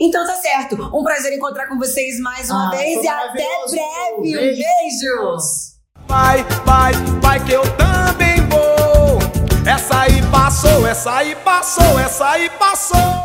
B: Então tá certo. Um prazer encontrar com vocês mais uma
C: Ah,
B: vez
C: foi
B: e até
C: maravilhoso.
B: breve. Um
C: Beijo.
B: beijo.
A: Vai, vai, vai que eu também vou. Essa aí passou, essa aí passou, essa aí passou.